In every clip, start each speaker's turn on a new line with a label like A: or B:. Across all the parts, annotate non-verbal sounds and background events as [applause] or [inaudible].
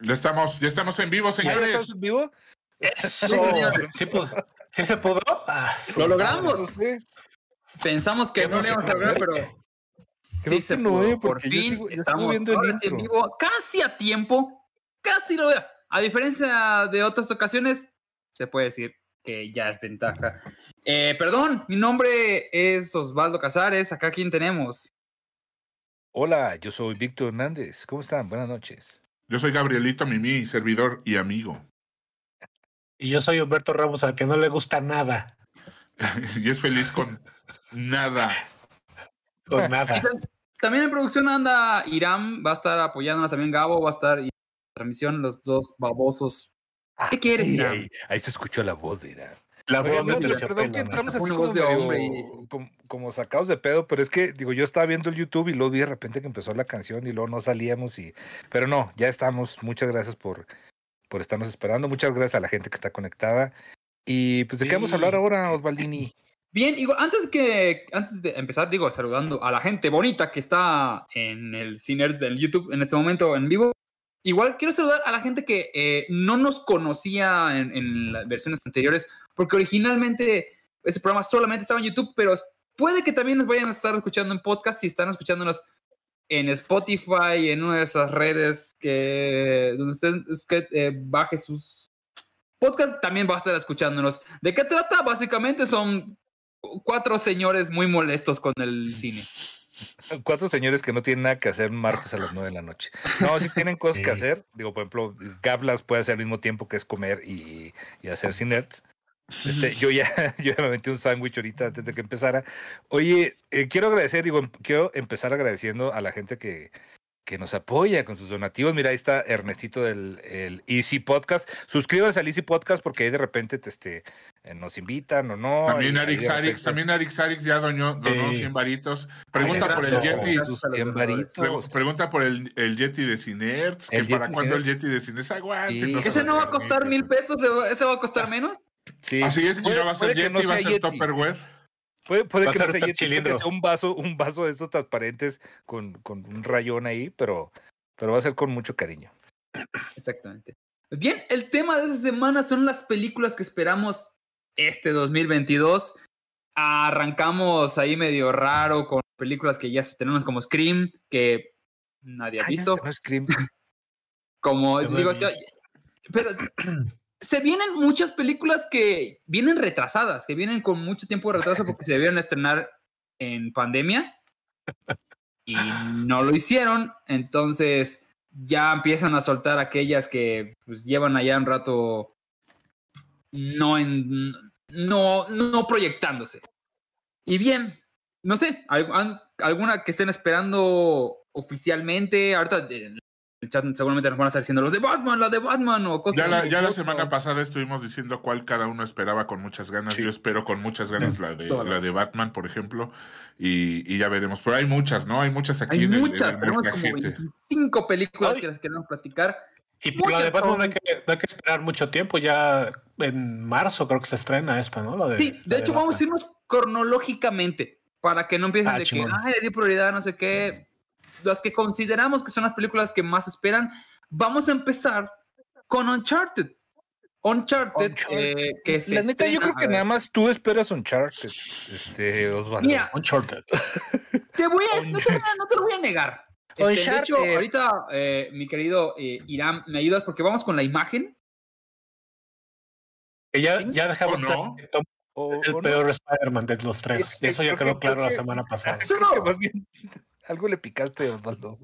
A: Ya estamos, ya estamos en vivo,
B: ¿Ya
A: señores.
B: estás vivo?
C: Eso.
D: ¿Sí, pudo- sí se pudo? Ah, su
C: Lo
D: madre.
C: logramos.
B: No sé.
C: Pensamos que
D: Creo
C: no lo
D: que
C: íbamos a
D: no,
C: lograr,
D: ¿eh?
C: pero
B: Creo
C: sí
B: que
C: se
B: no,
C: pudo.
B: ¿eh?
C: Por
B: Porque yo
C: fin
B: sigo- yo sigo
C: estamos
B: viendo el
C: ahora sí en
B: intro.
C: vivo, casi a tiempo, casi lo veo. A diferencia de otras ocasiones, se puede decir que ya es ventaja. Eh, perdón, mi nombre es Osvaldo Casares. Acá quién tenemos.
E: Hola, yo soy Víctor Hernández. ¿Cómo están? Buenas noches.
A: Yo soy Gabrielito Mimi, servidor y amigo. [laughs]
D: Y yo soy Humberto Ramos, al que no le gusta nada.
A: y es feliz con nada.
D: Con nada.
C: También en producción anda Irán, va a estar apoyándonos también Gabo, va a estar y- transmisión los dos babosos. ¿Qué quieres?
E: Ah, Sí,
C: Irán?
E: ahí, ahí se escuchó la voz de Irán.
D: La
E: Oigan,
D: voz de
E: no, pero
D: terciopelo.
E: perdón que entramos así
C: Una
E: como,
C: voz de
E: medio-
C: hombre y-
E: como, como sacados de pedo, pero es que, digo, yo estaba viendo el YouTube y luego vi de repente que empezó la canción y luego no salíamos y... Pero no, ya estamos. Muchas gracias por, por estarnos esperando. Muchas gracias a la gente que está conectada. Y pues, ¿de qué vamos a hablar
D: Sí.
E: ahora, Osvaldini?
C: Bien, igual, antes que antes de empezar, digo, saludando a la gente bonita que está en el Ciners del YouTube en este momento en vivo. Igual quiero saludar a la gente que eh, no nos conocía en, en las versiones anteriores, porque originalmente ese programa solamente estaba en YouTube, pero puede que también nos vayan a estar escuchando en podcast si están escuchándonos en Spotify, en una de esas redes que donde usted, usted, eh, baje sus podcasts, también va a estar escuchándonos. ¿De qué trata? Básicamente son cuatro señores muy molestos con el cine.
E: Cuatro señores que no tienen nada que hacer martes a las nueve de la noche. No, si tienen cosas que
D: Sí.
E: hacer. Digo, por ejemplo, Gablas puede hacer al mismo tiempo que es comer y, y hacer cinerts. Este, yo, ya, [laughs] yo ya me metí un sándwich ahorita antes de que empezara. Oye, eh, quiero agradecer, digo, em- quiero empezar agradeciendo a la gente que, que nos apoya con sus donativos. Mira, ahí está Ernestito del el Easy Podcast. Suscríbanse al Easy Podcast porque ahí de repente te, este, eh, nos invitan o no.
A: también
E: y ahí
A: Arix
E: de
A: Arix,
E: repente-
A: también Arix Arix ya doñó, donó
D: Sí.
A: 100 varitos. Pregunta
D: Ay,
A: por el
D: eso.
A: Yeti.
E: Sus 100 varitos.
A: Pregu- Pregunta por el, el Yeti de Cinerts, que
E: El
A: para
E: Yeti
A: cuándo el
E: Cinerts.
A: Yeti de Cinerts aguante.
E: Sí.
A: se
C: Ese no va a costar mil
A: permite.
C: pesos, ese va- ese va a costar menos.
E: Sí.
A: Así es, y
E: Puede-
A: no va a ser
E: puede que
A: Yeti,
E: no
A: va a
E: sea
A: ser
E: Yeti.
A: Topperware.
E: Puede, puede
D: Va a
E: que no
D: ser
E: sea Yeti, puede que
D: cilindro.
E: sea un vaso, un vaso de estos transparentes con, con un rayón ahí, pero, pero va a ser con mucho cariño.
C: Exactamente. Bien, el tema de esta semana son las películas que esperamos este 2022. Arrancamos ahí medio raro con películas que ya tenemos como Scream, que nadie ha
E: Ay,
C: visto.
E: este no es Scream.
C: Como
D: Yo no he
C: digo, ya- pero se vienen muchas películas que vienen retrasadas, que vienen con mucho tiempo de retraso porque se debieron estrenar en pandemia y no lo hicieron, entonces ya empiezan a soltar aquellas que pues, llevan allá un rato no en no no proyectándose. Y bien, no sé, al- an- alguna que estén esperando oficialmente, ahorita eh, en el chat seguramente nos van a estar diciendo los de Batman, la de Batman o cosas
A: Ya la,
C: así.
A: ya la semana pasada estuvimos diciendo cuál cada uno esperaba con muchas ganas. Yo espero con muchas ganas la de,
C: Todas.
A: la de Batman, por ejemplo, y, y ya veremos. Pero hay muchas, ¿no? Hay muchas aquí
C: Hay
A: en el- en
C: muchas,
A: el
C: tenemos como
A: molcajete.
C: 25 películas
D: Ay.
C: que las queremos platicar.
D: Y la
C: Muchas
D: de Batman no hay,
C: son-
D: que, no hay que esperar mucho tiempo. Ya en marzo creo que se estrena esta, ¿no? La
C: Sí,
D: la
C: de hecho vamos a
D: Batman.
C: irnos cronológicamente para que no empiecen
D: Ah,
C: de que,
D: chingón.
C: ay, le di prioridad, a no sé qué. Las que consideramos que son las películas que más esperan, vamos a empezar con Uncharted. Uncharted,
E: Uncharted.
C: eh, que se
E: La neta, yo
C: estrena-
E: creo que
C: a ver,
E: nada más tú esperas un chart, este, Osvaldo.
C: Mira,
D: Uncharted.
C: Te voy a, no, te voy a, no te lo voy a negar. Este, de hecho,
E: Uncharted.
C: ahorita, eh, mi querido eh, Irán, ¿me ayudas? Porque vamos con la imagen.
D: Que ya, ya dejamos
A: ¿O
D: claro
A: no?
D: que Tom
E: O-
D: es el
E: o no, [laughs]
D: peor Spider-Man de los tres.
E: que-
D: Eso ya
E: creo que-
D: quedó claro
E: creo
D: la
E: que-
D: semana pasada.
E: creo que
C: Solo-
E: más bien algo le picaste, Osvaldo,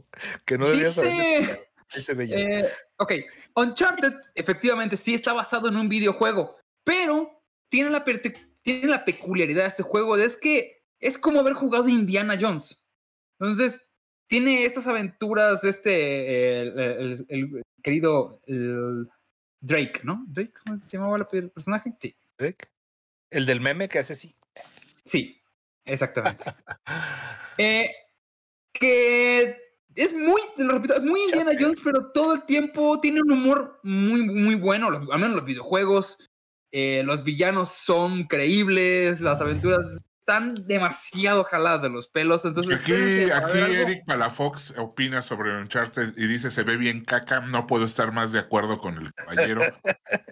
E: que no debías haber
C: Dice,
E: ese bello.
C: eh, ok, Uncharted efectivamente sí está basado en un videojuego, pero tiene la, perte- tiene la peculiaridad de este juego de es que es como haber jugado Indiana Jones. Entonces, tiene estas aventuras, este, el, el- el- el querido el Drake, ¿no? Drake, ¿cómo se llamaba el el personaje? Sí.
E: Rick. ¿Eh? El del meme que hace así.
C: Sí,
A: [laughs]
C: exactamente. Eh, que es muy, te lo repito, es muy Indiana Jones, pero todo el tiempo tiene un humor muy, muy bueno, los- al menos los videojuegos. eh, los villanos son creíbles, las aventuras están demasiado jaladas de los pelos. Entonces,
A: Aquí,
C: espérense a
A: aquí
C: ver algo.
A: Eric Palafox opina sobre Uncharted y dice: Se ve bien caca, no puedo estar más de acuerdo con el caballero.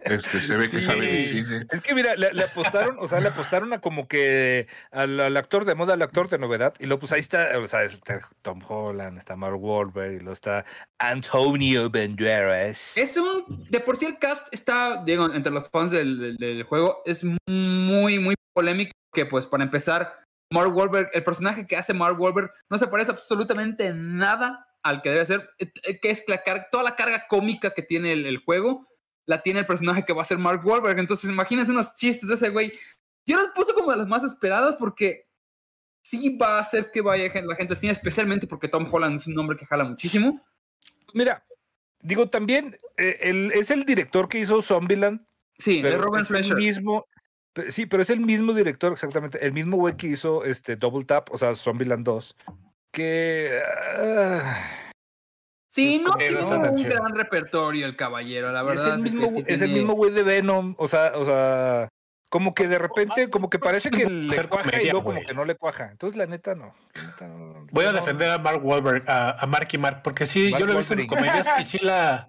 A: Este, se ve que
E: Sí.
A: sabe de cine.
E: Es que mira, le, le apostaron, o sea, le apostaron a como que al, al actor de moda, al actor de novedad, y luego pues ahí está, o sea, está Tom Holland, está Mark Wahlberg, y luego está Antonio Banderas.
C: Es un. De por sí el cast está, digo, entre los fans del, del- del juego, es muy, muy polémico. Que, pues, para empezar, Mark Wahlberg, el personaje que hace Mark Wahlberg, no se parece absolutamente en nada al que debe ser. eh, eh, Que es la car- toda la carga cómica que tiene el, el juego, la tiene el personaje que va a ser Mark Wahlberg. Entonces, imagínense unos chistes de ese güey. Yo los puse como de los más esperados porque sí va a hacer que vaya gen- la gente al cine, especialmente porque Tom Holland es un nombre que jala muchísimo.
E: Mira, digo, también eh, el- es el director que hizo Zombieland,
C: Sí, de
E: pero
C: Robin
E: es el
C: Fleischer.
E: mismo, pe- sí, pero es el mismo director, exactamente, el mismo güey que hizo este Double Tap, o sea, Zombieland 2, que... ah,
C: Sí,
E: Pues
C: no
E: como que
C: tiene
E: no
C: un
E: está
B: tan chido.
C: gran repertorio el caballero, la
E: es
C: verdad.
E: el
C: que
E: mismo,
C: sí
E: güey- es el
C: tiene-
E: mismo güey de Venom, o sea, o sea, como que de
B: ah,
E: repente, como que parece que le
B: Hacer
E: cuaja y
B: comedia,
E: luego como
B: güey.
E: que no le cuaja. Entonces, la neta, no. la neta, no, no,
B: Voy a
E: no.
B: defender a Mark Wahlberg, a, a Marky Mark, porque sí,
E: Mark
B: yo lo he visto en
E: Wahlberg.
B: comedias y sí la.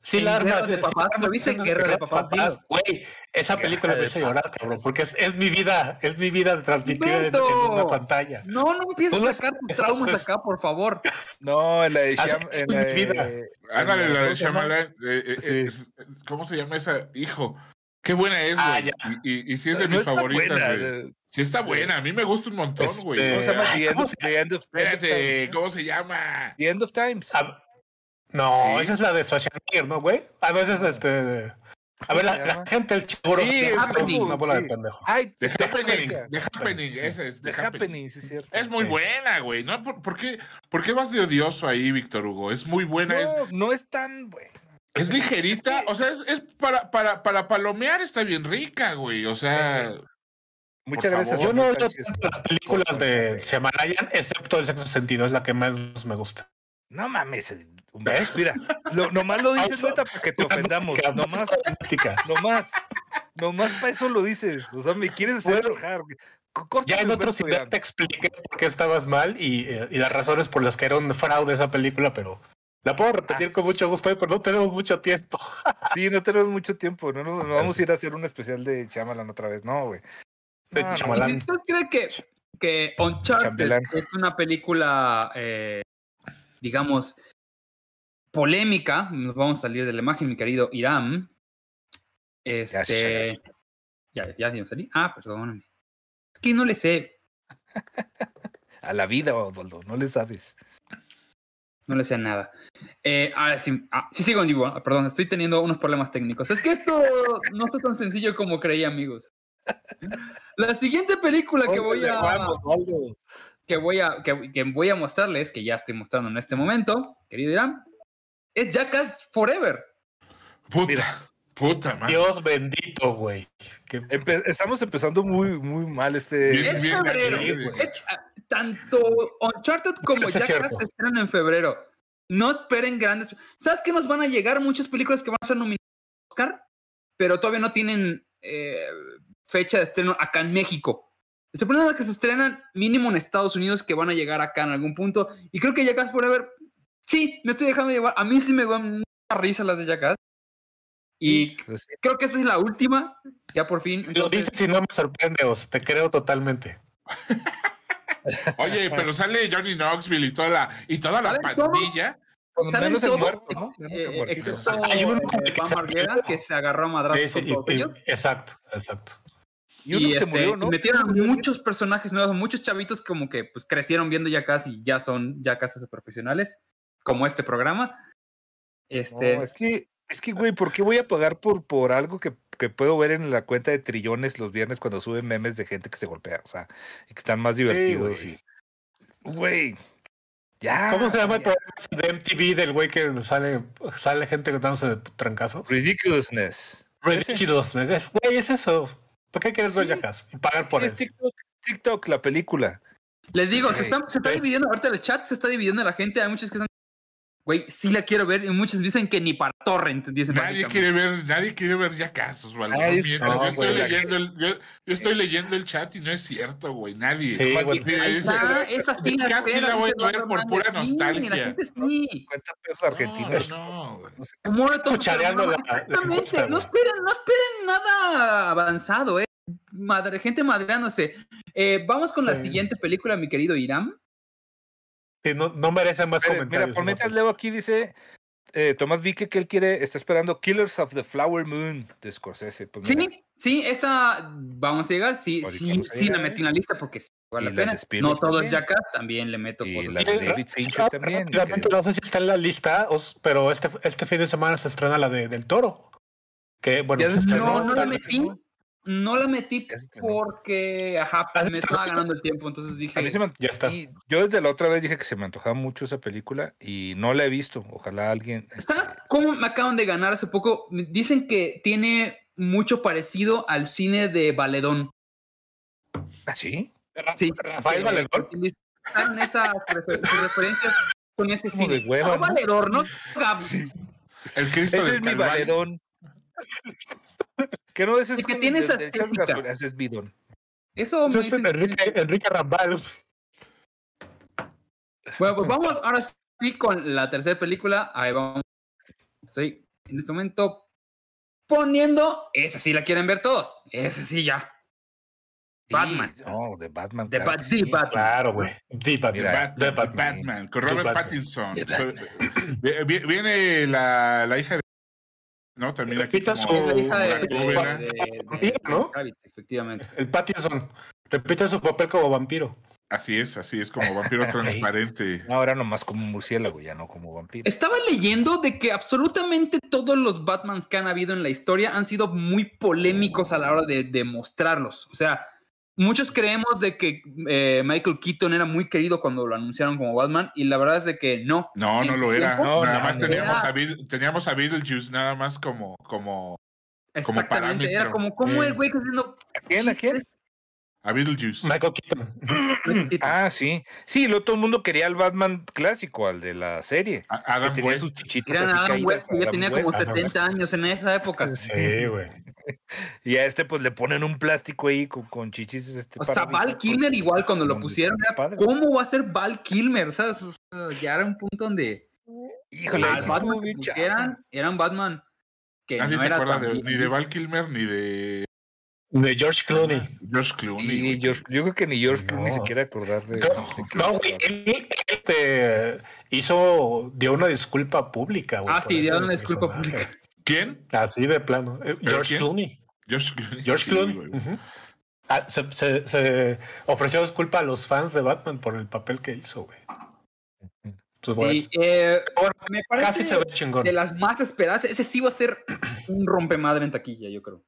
B: Sí,
C: En
B: la arma.
C: Guerra de
B: sí- sí
C: Papás,
B: la arma
C: ¿lo viste en
B: haciendo
C: Guerra de Papás?
B: Güey, esa película
E: Guerra
B: me
E: de
B: hizo llorar, cabrón, porque es, es mi vida, es mi vida transmitida en, en una
C: ¡Beto!
B: pantalla.
C: No, no empieces
B: Tú no
C: a sacar
B: sabes-
C: tus traumas
B: sabes-
C: acá, por favor.
E: No, en la de
B: Así
E: Shyam-
B: es
E: en la
B: mi
E: de-
B: vida.
E: en
A: Hágale la de
E: ¿cómo se llama?
A: Shyamalan. eh, eh,
E: Sí.
A: eh, es- ¿Cómo se llama esa? Hijo, qué buena es,
B: Ah,
A: güey.
B: ya.
A: y, y, y sí es de
E: eh, No
A: mis
E: está buena,
A: favoritas, güey.
E: de-
A: Sí está buena, a mí me gusta un montón, güey.
B: Este,
E: ¿Cómo se llama?
B: Ay,
E: The End
B: ¿cómo
E: of-
B: se-
E: The End of The End of
A: Espérate,
E: Times, ¿no?
A: ¿cómo se llama?
E: The End of Times.
B: A- Ah, no,
A: Sí.
B: esa es la de Schwarzenegger, ¿no, güey? Ah, no, esa es este. A ver, la,
E: se
B: la
E: llama?
B: gente, el seguro.
E: Sí, es
B: es una
E: como-
B: bola de
E: sí.
B: pendejo.
E: Ay,
A: The Happening.
E: Happening.
A: The Happening,
B: Sí.
A: esa es.
E: The Happening, sí es cierto.
A: Es muy
B: Sí.
A: buena, güey. ¿no? ¿Por, por qué, por qué vas de odioso ahí, Víctor Hugo? Es muy buena, es,
E: No, no es tan buena.
A: es ligerita. O sea, es, es para, para, para palomear está bien rica, güey. O sea,
E: Muchas
A: favor.
E: gracias.
B: Yo no
E: Juan
B: he visto
E: Sánchez.
B: tanto las películas de Shyamalan, excepto El sexto sentido, es la que más me gusta.
E: No mames, eh, hombre,
B: ¿Ves?
E: mira, lo, nomás
B: [laughs]
E: lo dices
B: Eso-
E: neta para que te ofendamos,
B: Música,
E: Pues [laughs] nomás,
B: música.
E: nomás, nomás para eso lo dices, o sea, me quieres hacer
B: Bueno,
E: enojar. Co- córtale,
B: Ya en otro
E: Humberto, ya.
B: sitio te expliqué por qué estabas mal y, eh, y las razones por las que era un fraude esa película, pero la
E: Ah.
B: puedo repetir con mucho gusto, pero no tenemos mucho tiempo.
E: Sí, no tenemos mucho tiempo, no, nos- no vamos a ir a hacer un especial de Chamalan otra vez, no, güey.
B: De
E: [laughs] No, no,
C: Y
B: Shyamalan.
C: si usted cree que, que Uncharted
E: Chambelán.
C: es una película, eh, digamos, polémica, nos vamos a salir de la imagen, mi querido Iram.
E: Ya,
C: Este. Ya, ya, ya me salí. Ah, perdóname. Es que no le sé.
E: a la vida, Osvaldo, no le sabes.
C: No le sé a nada. Eh, ahora sí, ah, sí sigo en vivo. ah, Perdón, estoy teniendo unos problemas técnicos. Es que esto no está tan sencillo como creí, amigos. La siguiente película que voy
E: Órale,
C: a,
E: vamos, Osvaldo.
C: que voy a, que, que voy a mostrarles, que ya estoy mostrando en este momento, querido Irán, es Jackass Forever.
A: puta,
E: Mira.
A: puta, man.
B: Dios bendito, güey. Que-
E: Empe- estamos empezando muy, muy mal este...
A: Bien,
C: Es
A: bien,
C: febrero.
A: bien, bien.
C: Es- ah, tanto Uncharted como
B: Eso es
C: Jackass
B: cierto.
C: se estrenan en febrero. No esperen grandes. ¿Sabes que nos van a llegar muchas películas que van a ser nominadas al Oscar? Pero todavía no tienen eh, fecha de estreno acá en México. Estoy poniendo las que se estrenan mínimo en Estados Unidos que van a llegar acá en algún punto. Y creo que Jackass Forever, sí, me estoy dejando llevar. A mí sí me dan mucha risa las de Jackass. Y
E: Pues sí,
C: creo que esta es la última, ya por fin.
B: Lo
C: Entonces,
B: dices y no me sorprende, os te creo totalmente.
A: Oye, pero sale Johnny Knoxville y toda la, y toda la
C: ¿Sale todo?
A: pandilla.
E: pues
C: salen
E: menos el
C: todos,
E: muerto, ¿no?
C: eh,
E: Menos el
C: eh,
E: muerto.
C: excepto
B: Hay uno
C: eh,
B: como que
C: Juan
B: se
C: Marguera
B: murió.
C: que se agarró a madrazos
B: Sí,
C: con
B: sí,
C: todos
B: y- y-
C: ellos.
B: exacto, exacto.
E: Y uno
C: Y,
E: que se
C: este,
E: murió, ¿no?
C: y metieron a muchos personajes nuevos, muchos chavitos como que pues crecieron viendo ya casi, ya son ya casi profesionales, como este programa. Este,
E: No, es que, es que, güey, ¿por qué voy a pagar por, por algo que, que puedo ver en la cuenta de trillones los viernes cuando suben memes de gente que se golpea? O sea, y que están más divertidos.
B: güey.
E: y, güey, ya.
B: ¿Cómo se llama el
E: Ah, ya.
B: programa ese de MTV del güey que sale, sale gente dándose de trancazos?
E: Ridiculousness.
B: Ridiculous. Es, güey, es eso. ¿Por qué quieres ver
E: Sí.
B: Jackass? Y pagar por
E: Es
B: él.
E: TikTok, TikTok, la película.
C: les digo, se,
E: Güey,
C: están, se está
B: ves.
C: dividiendo, ahorita el chat se está dividiendo la gente, hay muchos que están Güey, sí la quiero ver y muchos dicen que ni para Torrent. Dicen
A: Nadie quiere ver, nadie quiere ver ya casos, ¿vale?
E: Nadie-
A: No mientas,
E: no,
A: yo, estoy
E: güey, la-
A: leyendo el, yo, yo estoy leyendo el chat y no es cierto, güey. Nadie.
B: Sí, güey.
A: Mira,
C: Ahí
A: dice,
C: está, Ah, esa sí la
A: Casi
C: espera,
A: la voy a
C: dice
A: ver
C: Eduardo
A: por pura
C: Hernández. Sí,
A: nostalgia.
C: la gente sí.
E: 50 pesos argentinos.
A: No, no, güey.
C: Humor de todo
B: Cuchareando
C: programa.
B: la- la
C: Exactamente.
B: encuesta,
C: no,
B: güey.
C: esperen, no esperen nada avanzado, ¿eh? Madre, gente madreándose. Eh, vamos con la
B: Sí.
C: siguiente película, mi querido Iram.
B: Sí, no, no merecen más
E: Mira, mira,
B: comentarios.
E: por
B: fíjate.
E: mientras leo aquí dice eh, Tomás Vique que él quiere, está esperando Killers of the Flower Moon de Scorsese. Pues
C: Sí,
E: mira,
C: sí, esa vamos a llegar. Sí,
E: Ahorita
C: sí,
E: vamos a
C: sí, la
E: llegar a
C: metí en la lista porque sí, vale
E: Y
C: la
E: la de
C: pena.
E: Spielberg
C: No todo es
E: también.
C: Jackass, también le meto
E: Y
C: cosas.
E: la
C: así.
E: de
B: Sí,
E: David
B: ra-
E: Fincher
B: ra-
E: también, mi
B: rápidamente,
E: querido.
B: no sé si está en la lista, os- pero este, este fin de semana se estrena la de, del toro. Que bueno,
E: Ya
B: se
E: se
B: estrenó,
C: No, no la
B: tal-
C: metí. No la metí
E: Ya se estrenó.
C: porque ajá,
B: Ah, se
C: me
B: estrenó.
C: estaba ganando el tiempo, entonces
E: a mí se
C: dije.
E: me an-
B: Ya está.
E: y yo desde la otra vez dije que se me antojaba mucho esa película y no la he visto. Ojalá alguien. eh,
C: ¿Sabes cómo me acaban de ganar hace poco? Me Dicen que tiene mucho parecido al cine de Valedón.
E: ¿Ah, sí?
C: Sí,
B: Rafael
C: que
B: Valedor.
C: utilizaron esas refer- sus referencias con ese
E: Como
C: cine.
E: de hueva,
C: No
E: ¿no?
C: valedor, ¿no? Gab?
A: El Cristo
E: Ese
A: del
E: es mi
A: Calvario.
E: valedón. que no ese es
C: El que
E: como
C: tiene
E: el
C: esa
E: del Chas
C: estética.
E: Gazzola, Ese es bidón.
C: Eso me
B: Entonces,
C: dicen-
B: Enrique, Enrique Rambal.
C: Bueno, pues vamos ahora sí con la tercera película. Ahí vamos. Estoy en este momento poniendo. Esa sí la quieren ver todos. Esa sí ya. Batman.
E: Sí, No, de Batman.
C: De
E: claro
C: Bat-
E: que
C: The
E: sí.
C: Batman.
B: Claro, güey. Deep Batman.
E: Mira,
A: Batman,
B: The
A: The
B: Batman.
A: Batman, con
B: The
A: Robert
B: Batman.
A: Pattinson.
E: The
A: So- vi- vi- viene la, la hija de. No, también aquí.
B: Repita
A: como
B: su-
C: Es la hija de,
A: una
C: de-
A: joven. ¿eh?
C: de- de-
B: Diga, ¿no?
C: Kravitz, efectivamente.
B: El Pattinson. Repite su papel como vampiro.
A: Así es, así es, como vampiro transparente.
E: No, ahora nomás como un murciélago, ya no como vampiro.
C: Estaba leyendo de que absolutamente todos los Batmans que han habido en la historia han sido muy polémicos a la hora de, de mostrarlos. O sea, muchos creemos de que eh, Michael Keaton era muy querido cuando lo anunciaron como Batman y la verdad es de que no.
A: No, no lo era.
C: No,
A: nada
E: no,
A: más
E: no.
A: teníamos,
C: Era-
A: a Beetle- teníamos a Beetlejuice, nada más como, como Como
C: Exactamente. Era
A: parámetro.
C: como, ¿cómo el
A: Mm.
C: güey que está haciendo
E: ¿A quién? ¿A quién?
A: a Beetlejuice.
B: Michael Keaton.
C: Michael Keaton?
E: Ah, sí. Sí, lo, todo el mundo quería al Batman clásico, al de la serie.
A: A-
E: Que
A: Adam
E: tenía
A: West.
E: sus chichitas
C: Era
E: así
C: Adam
E: caídas,
C: West, que ya
E: Adam
C: tenía como
E: West.
B: Adam West.
C: 70 años en esa época.
B: Sí, güey.
E: Y a este, pues le ponen un plástico ahí con, con chichis. Este,
C: O sea,
E: paradito,
C: Val Kilmer
E: pues,
C: igual cuando lo
E: donde
C: pusieron,
E: está
C: era,
E: padre.
C: ¿cómo va a ser Val Kilmer? O sea, eso- eso ya era un punto donde...
E: Híjole,
C: al
E: ese
C: Batman
E: estuvo
C: que
E: bien chafa.
C: pusieran, era un Batman que
A: Nadie
C: no
A: se
C: era
A: acuerda
C: tan
A: de-
C: bien
A: ni de
C: visto.
A: Val Kilmer ni de
B: De George Clooney.
A: George Clooney.
E: Y
A: güey.
E: George- yo creo que ni George Clooney se
B: No.
E: quiere acordar de.
B: No,
E: de que-
B: No, güey. Él este, hizo. dio una disculpa pública, güey.
C: Ah,
B: por
C: sí,
B: ese
C: dio una disculpa
B: personaje.
C: pública.
A: ¿Quién?
B: Así de plano. Eh,
A: ¿Pero
B: George
A: quién?
B: Clooney.
A: George Clooney.
B: George
A: Sí,
B: Clooney.
A: güey.
B: ujú. Ah, se, se- se ofreció disculpa a los fans de Batman por el papel que hizo, güey. Pues, bueno,
C: Sí, eh,
B: Bueno,
C: me parece
B: casi se ve chingón.
C: de las más esperadas. Ese sí va a ser [clears throat] un rompemadre en taquilla, yo creo.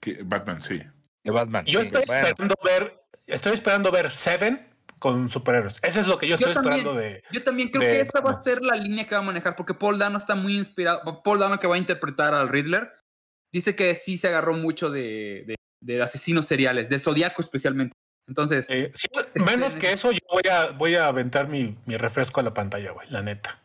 A: Que- Batman, sí.
E: de Batman.
B: Yo
E: sí,
B: estoy
E: bueno,
B: esperando ver, estoy esperando ver Seven con superhéroes. Eso es lo que yo
C: Yo
B: estoy
C: también.
B: esperando de.
C: Yo también creo
B: De
C: que esa va a
B: Batman.
C: ser la línea que va a manejar, porque Paul Dano está muy inspirado. Paul Dano que va a interpretar al Riddler, dice que sí se agarró mucho de, de- de asesinos seriales, de Zodíaco especialmente. Entonces,
B: eh, sí, menos que eso, yo voy a, voy a aventar mi, mi refresco a la pantalla, güey, la neta.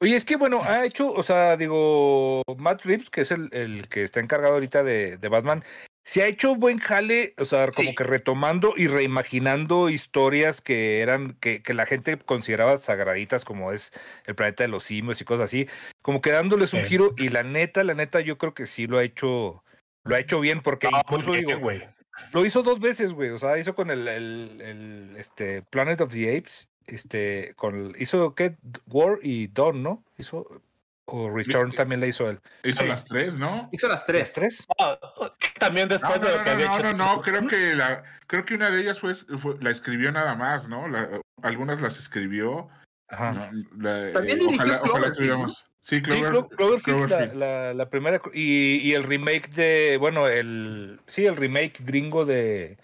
E: Oye, es que bueno, ha hecho, o sea, digo, Matt Reeves, que es el, el que está encargado ahorita de, de Batman, se ha hecho buen jale, o sea, como
C: Sí.
E: que retomando y reimaginando historias que eran, que, que la gente consideraba sagraditas, como es el planeta de los simios y cosas así, como que dándoles un
B: Sí.
E: giro, y la neta, la neta, yo creo que sí lo ha hecho, lo ha hecho bien, porque
A: pues,
B: No, muy
E: incluso
B: bien,
E: digo,
B: güey.
E: lo hizo dos veces, güey. O sea, hizo con el, el- el, este, Planet of the Apes. Este, con el- hizo qué? War y Dawn, ¿no? Hizo. O Return
A: eh,
E: también la hizo él.
A: Hizo
B: Sí.
A: las tres, ¿no?
C: hizo las
E: ¿Tres? ¿Tres?
C: tres.
B: No, también
A: No,
B: después
A: no,
B: de
A: no,
B: lo que
A: no,
B: había
A: no,
B: hecho.
A: no, no, creo que la, creo que una de ellas fue, fue- la escribió nada más, ¿no? La- algunas las escribió.
B: Ah.
E: Ajá.
A: ¿no? La- eh,
C: También dirigió
A: ojalá, ojalá
C: Cloverfield,
A: tuviéramos. Sí,
E: Sí,
A: Clover,
E: Clo- Cloverfield,
A: Cloverfield.
E: La, la- la primera. cr- Y, y el remake de. Bueno, el. Sí, el remake gringo de.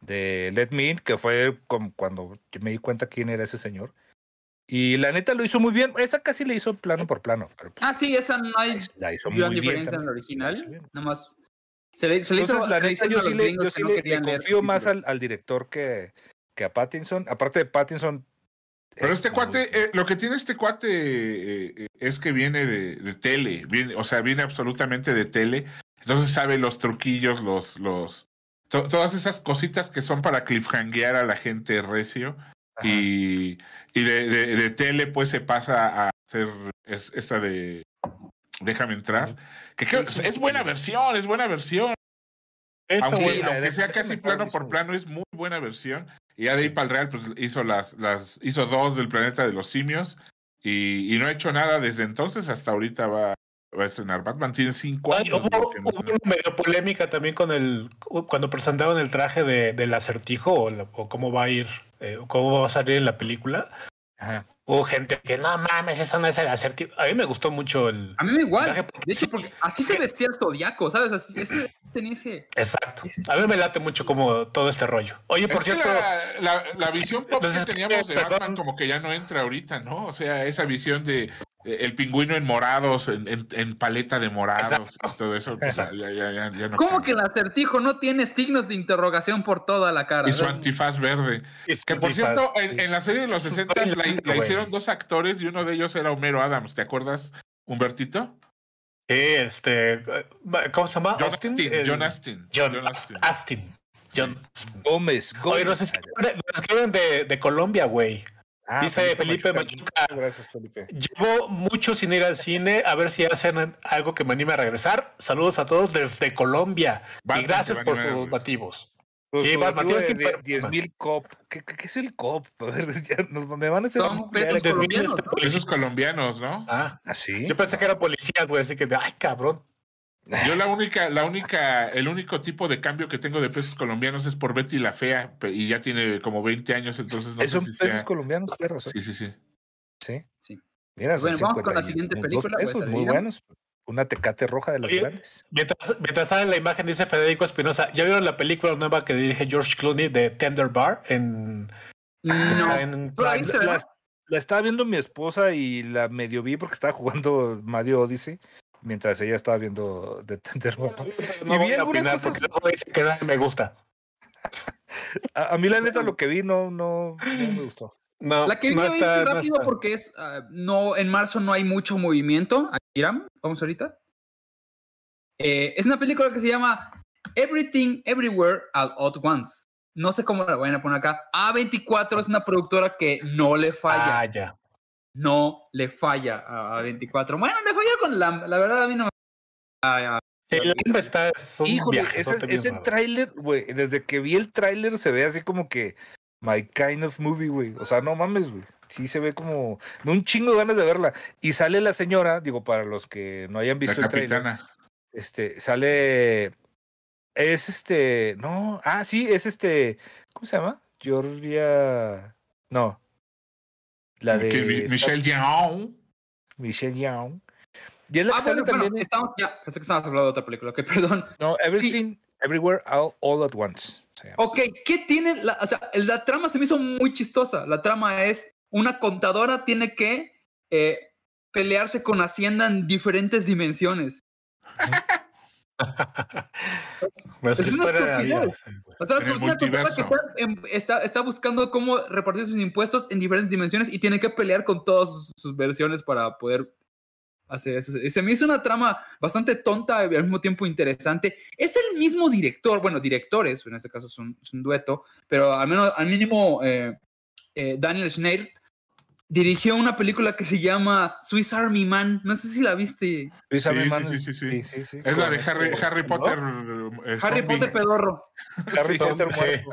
E: De Let Me In, que fue con- cuando yo me di cuenta quién era ese señor. Y la neta lo hizo muy bien. Esa casi le hizo plano por plano. Pero pues,
C: Ah, sí, esa no hay
E: la hizo
C: gran
E: muy bien.
C: diferencia en
E: también. hizo
C: la original.
E: bien.
C: Nada más. Se le, se le hizo
E: Entonces, la
C: se le
E: neta,
C: hicieron
E: yo
C: a los
E: sí le,
C: gringos
E: yo
C: que
E: sí
C: no
E: le- le
C: querían leer
E: confío más
C: subtítulos.
E: al, al director que, que a Pattinson. Aparte de Pattinson,
A: Pero este cuate, eh, lo que tiene este cuate eh, eh, es que viene de, de tele, viene, o sea, viene absolutamente de tele. Entonces sabe los truquillos, los, los, to- todas esas cositas que son para cliffhanguear a la gente recio.
E: Ajá.
A: Y, y de, de- de tele, pues se pasa a hacer es- esta de Déjame entrar. Que creo- es buena versión, es buena versión.
B: Está
A: Aunque,
E: buena,
A: aunque
E: de-
A: sea casi
E: de-
A: plano por plano, es muy buena versión. Y ya de ahí para el Real, pues hizo las, las, hizo dos del planeta de los simios. Y, y no ha hecho nada desde entonces hasta ahorita va, va a estrenar Batman. Tiene cinco
B: Ay,
A: años.
B: hubo,
A: digo, que no-
B: hubo una medio polémica también con el cuando presentaron el traje de, del acertijo o, la- o cómo va a ir, eh, cómo va a salir en la película.
E: Ajá.
B: Hubo gente que no mames, eso no es el acertijo. A mí me gustó mucho el
C: A mí me igual.
B: traje.
C: De hecho, porque así se vestía el zodiaco, ¿sabes? Así, ese tenía ese.
B: Exacto. A mí me late mucho como todo este rollo. Oye, por
A: Es que
B: cierto,
A: la, la, la visión pop
B: Entonces,
A: que teníamos de
B: perdón.
A: Batman como que ya no entra ahorita, ¿no? O sea, esa visión de eh, el pingüino en morados, en, en- en paleta de morados, y todo eso, pues, ya,
B: Exacto.
A: ya- ya- ya no
C: ¿Cómo
A: cabe.
C: que el acertijo no tiene signos de interrogación por toda la cara?
A: Y su
C: ¿verdad?
A: antifaz verde.
B: es
A: Que por
B: antifaz,
A: cierto,
B: sí.
A: en, en la serie de los
B: Es un
A: 60 la,
B: bailante,
A: la
B: güey.
A: hicieron dos actores y uno de ellos era Homero Adams, ¿te acuerdas? Humbertito.
B: Sí, este, ¿cómo se llama?
A: John
B: Ah, Austin,
A: Astin.
B: el-
A: John Astin.
B: John Ah,
A: John Astin.
B: Astin. John Astin.
E: Gómez, Gómez.
B: Oye, nos escriben, nos escriben de, de Colombia, güey.
E: Ah,
B: dice Felipe Machuca.
E: Muchas Gracias, Felipe.
B: Llevo mucho sin ir al cine, a ver si hacen algo que me anime a regresar. Saludos a todos desde Colombia.
A: Batman
B: y gracias
A: se va a
B: por
A: animar a
B: sus
A: regresar.
B: nativos.
E: Pues,
B: Sí,
E: pues,
B: Batman,
E: tuve
B: tienes que
E: de-
B: ir-
E: 10.000 cop. ¿Qué, qué, qué es el cop? [laughs] A ver, ya nos, me van a hacer.
C: Son
E: bullear
C: pesos
E: aquí.
C: colombianos.
B: este
C: ¿no?
A: Esos colombianos, ¿no?
B: Ah,
E: ¿Ah, sí?
B: yo pensé que eran policías, güey, así que, ay, cabrón.
A: Yo la única, la única, el único tipo de cambio que tengo de pesos colombianos es por Betty la Fea pe- y ya tiene como 20 años, entonces no
E: Eh,
A: sé
E: Son
A: si
E: pesos
A: sea...
E: colombianos, tienes razón.
A: Sí, sí, sí.
E: Sí.
C: Sí.
E: Mira, son
C: Bueno, vamos con
E: 51,
C: la siguiente
E: dos
C: película,
E: pesos
C: pues,
E: muy
C: Adrián.
E: buenos. Una tecate roja de las
B: Oye.
E: grandes.
B: Mientras, mientras sale la imagen, dice Federico Espinosa, ¿ya vieron la película nueva que dirige George Clooney de Tender Bar? En, que
C: No.
B: está en
C: ¿Tú la viste,
E: la-
C: verdad?
E: La estaba viendo mi esposa y la medio vi porque estaba jugando Mario Odyssey mientras ella estaba viendo The Tender Bar.
B: No
E: Y vi
B: voy a
E: algunas
B: opinar
E: cosas-
B: porque luego dice que no me gusta.
E: A, a mí la neta lo que vi no, no, no me gustó.
B: No,
C: La que vi
B: no
C: ahí
B: está- no
C: rápido
B: está.
C: porque es ah, no en marzo no hay mucho movimiento. Aquí irán, vamos ahorita. Eh, es una película que se llama Everything Everywhere at All at Once. No sé cómo la van a poner acá. A24 es una productora que no le falla.
B: Ah, ya.
C: No le falla a A24. Bueno, le falló con la, la verdad a mí no me Ah, ah,
B: Sí, la onda está, es un
E: Híjole, ese,
B: viajezote bien
E: ese
B: raro.
E: tráiler, güey, desde que vi el tráiler se ve así como que my kind of movie, güey. O sea, no mames, güey. Sí se ve como de un chingo de ganas de verla. Y sale la señora, digo, para los que no hayan
A: La
E: visto el tráiler,
A: capitana.
E: este, sale es este, no, ah, sí, es este, ¿cómo se llama? Georgia, no. La de
A: Que Mi- Michelle Yeoh.
E: Michelle Young. Y es la que
C: ah, bueno,
E: sale
C: bueno,
E: también en-
C: estamos ya. Pensé que estábamos hablando de otra película. Ok, [laughs] perdón.
E: No, Everything, Everywhere, All, All at Once. se llama.
C: Ok, ¿qué tiene? La, o sea, la trama se me hizo muy chistosa. La trama es una contadora tiene que eh, pelearse con Hacienda en diferentes dimensiones.
B: Nuestra
C: Es una
B: Pues, historia de la vida,
C: estupidez.
B: sí, pues. güey.
C: O sea, es
A: En el
C: una contadora que está,
A: multiverso.
C: en- está- está buscando cómo repartir sus impuestos en diferentes dimensiones y tiene que pelear con todas sus, sus versiones para poder hacer eso. Y se me hizo una trama bastante tonta y al mismo tiempo interesante. Es el mismo director, bueno, directores, en este caso es un, es un dueto, pero al, menos, al mínimo eh, eh, Daniel Schneider dirigió una película que se llama Swiss Army Man. No sé si la viste.
E: Luis
A: Sí,
E: Abraham
A: sí,
E: Mann
A: sí,
E: es-
A: sí, sí.
E: sí, sí,
A: Es la de
E: con
A: Harry,
E: este-
A: Harry
E: ¿no?
A: Potter. eh,
C: Harry
A: zombie.
C: Potter Pedorro.
E: Harry
B: Sí,
E: Potter
B: sí.
E: muerto.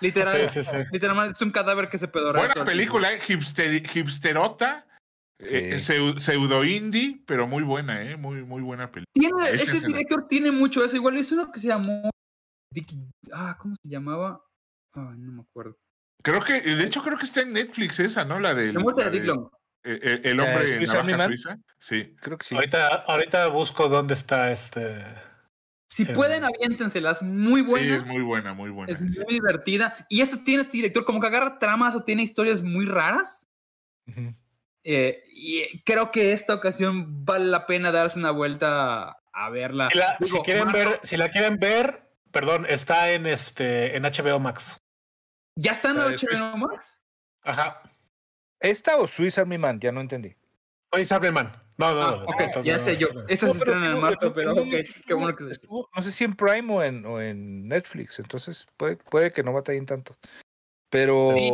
C: Literal,
B: Sí, sí, sí.
C: literal, es un cadáver que se pedorrea. todo
A: Buena
C: el tiempo.
A: película, ¿eh? Hipster- hipsterota. eh,
E: Sí.
A: seu- pseudo indie, pero muy buena, ¿eh? Muy, muy buena película.
C: Tiene,
A: Échensela.
C: ese director tiene mucho eso. Igual es uno que se llamó. Dick- ah, ¿cómo se llamaba? Ay, no me acuerdo.
A: Creo que, eh, de hecho, creo que está en Netflix esa, ¿no? La del.
C: La muerte de
A: la
C: Dick
A: del-
C: Long.
A: eh, eh, el hombre
E: Eh,
A: en
E: Swiss
A: navaja
E: Army Man.
A: suiza. Sí.
E: Creo que sí.
B: Ahorita, ahorita busco dónde está este.
C: Si
B: eh,
C: pueden, aviéntensela. Es muy
A: Sí,
C: buena.
A: es muy buena, muy buena.
C: es muy divertida. Y eso tiene este director, como que agarra tramas o tiene historias muy raras.
E: Ujú.
C: Eh, y creo que esta ocasión vale la pena darse una vuelta a verla.
B: Si, la,
C: Digo,
B: si quieren
C: Mar-
B: ver, si la quieren ver, perdón, está en este en HBO Max.
C: ¿Ya están
E: la
C: en
E: de
C: HBO Max?
B: Ajá.
E: ¿Esta o Swiss Army Man? Ya no entendí.
D: Oye, Sableman. No, no,
C: Ah,
D: no,
C: ok,
D: no,
C: ya
D: no,
C: sé
D: no,
C: yo.
D: [laughs] no.
C: Esas
E: No,
C: se
E: pero
A: [laughs]
C: estrenan en
E: estuvo-
C: marzo, pero ok,
E: estuvo-
C: qué bueno que lo dices.
E: estuvo- No sé si en Prime o en, o en Netflix, entonces puede, puede que no batallen tanto. Pero.
C: Sí.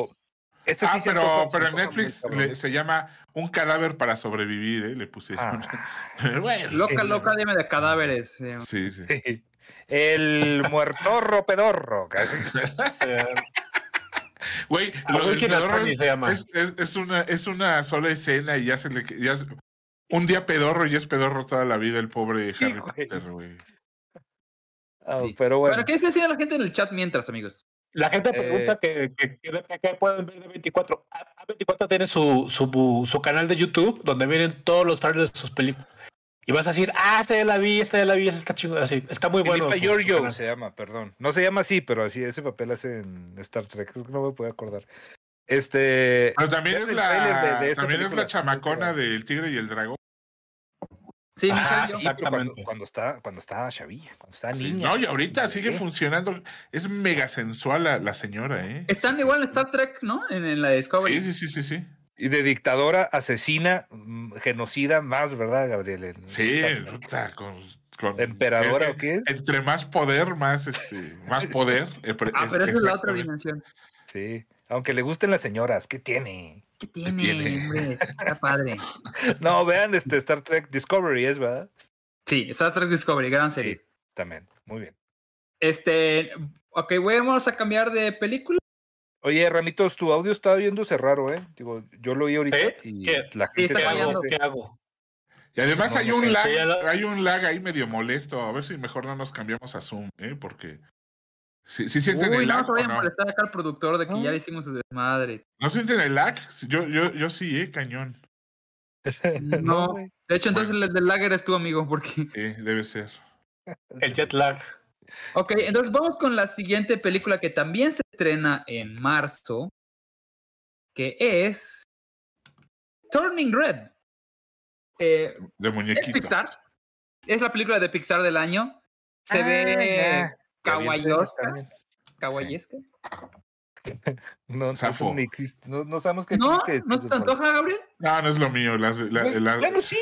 E: Este
A: Ah,
E: sí se
A: pero,
E: antoja- se
A: pero en
E: antoja muy
A: Netflix
E: cabrón.
A: le- se llama Un cadáver para sobrevivir, ¿eh? Le puse. [laughs]
E: Ah,
A: bueno.
C: Loca,
E: Sí.
C: loca, dime de cadáveres. eh.
A: Sí, sí.
E: sí. Ah, [laughs] El muertorro pedorro, casi.
D: Eh,
A: Ah, Güey,
D: A
A: lo del
D: Wilkin
A: pedorro
D: Attorney
A: es,
D: se llama.
A: es- es- es una, es una sola escena y ya se le. que- ya se- un día pedorro y es pedorro toda la vida el pobre
E: Sí,
A: Harry
E: güey.
A: Potter, güey.
E: Ah,
C: Sí.
E: Pero bueno.
C: Bueno, ¿qué es que decía la gente en el chat mientras, amigos?
D: La gente pregunta
E: Eh,
D: que, que, que- que pueden ver de 24. A- A24 tiene su, su, su canal de YouTube donde vienen todos los trailers de sus películas. Y vas a decir, ah, esta ya la vi, esta ya la vi, esta está chingada. Así, está muy bueno.
E: Felipa
D: su- su
E: Giorgio
D: canal.
E: se llama, perdón. No se llama así, pero así ese papel hace en Star Trek. Es que no me puedo acordar. Este.
A: Pero también
E: Vean
A: es
E: el tráiler
A: la,
E: de- de esta
A: también es
E: película,
A: la
E: está muy
A: chamacona
E: padre.
A: del tigre y el dragón.
C: Sí,
D: Ah,
C: Mijail,
E: sí, pero
C: yo-
E: cuando-
D: exactamente.
E: Cuando, está, cuando está chavilla, cuando está
A: Sí,
E: niña.
A: No, y ahorita sigue
E: Sí.
A: funcionando. Es mega sensual la, la señora, ¿eh?
C: Están igual en Star Trek, ¿no? En, en la de Discovery.
A: Sí, sí, sí, sí, sí.
E: Y de dictadora, asesina, mm, genocida, más, ¿verdad, Gabriel? En
A: Sí,
E: Star Trek.
A: puta, con, con-
E: [laughs] Emperadora,
A: eh,
E: ¿o qué es?
A: Entre más poder, más este, más poder. eh, pre-
C: Ah, pero esa es la otra
A: exactamente.
C: dimensión.
E: Sí. Aunque le gusten las señoras, ¿qué tiene?
D: [laughs]
C: ¿Qué tiene,
A: tiene?
C: hombre? Está padre.
E: No, vean este Star Trek Discovery, ¿es verdad?
C: Sí, Star Trek Discovery, gran serie.
E: Sí, también. Muy bien.
C: Este, ok, güey, vamos a cambiar de película.
E: Oye, Ramitos, tu audio está viéndose raro, ¿eh? Digo, yo lo oí ahorita
D: ¿Eh?
E: y
D: ¿Qué?
E: la
C: Sí,
E: gente...
C: está
D: ¿Qué
E: no
D: hago?
C: fallando.
E: sé.
D: ¿Qué
E: [laughs]
D: hago?
A: Y además
E: No,
A: hay
E: no
A: un
E: sé,
A: lag,
D: sí, ya la-
A: hay un lag ahí medio molesto. A ver si mejor no nos cambiamos a Zoom, ¿eh? Porque si, si sienten
C: Uy,
A: el
C: no
A: lag
C: se
A: o
C: vayan a
A: no.
C: molestar acá al productor de que
E: No.
C: ya le hicimos su desmadre.
A: [laughs] ¿No sienten el lag? Yo, yo, yo sí, eh, cañón.
C: No.
E: güey.
C: De hecho, entonces el del lag eres tú, amigo, porque...
A: Sí, ¿eh? debe ser.
D: El jet lag.
C: Ok, entonces vamos con la siguiente película que también se estrena en marzo, que es Turning Red. Eh,
A: De
C: es
A: muñequito.
C: Pixar. Es la película de Pixar del año. Se
E: Ah,
C: ve
E: ya.
C: kawaiiosca, kawaiiesca.
E: No, entonces
A: Zafo.
E: ni existe. No, no sabemos qué
C: ¿No?
E: existe.
C: ¿No
E: este
C: se te antoja, Gabriel?
A: No, no es lo mío. Las, de- la-
E: Güey,
A: la-
E: Bueno, sí.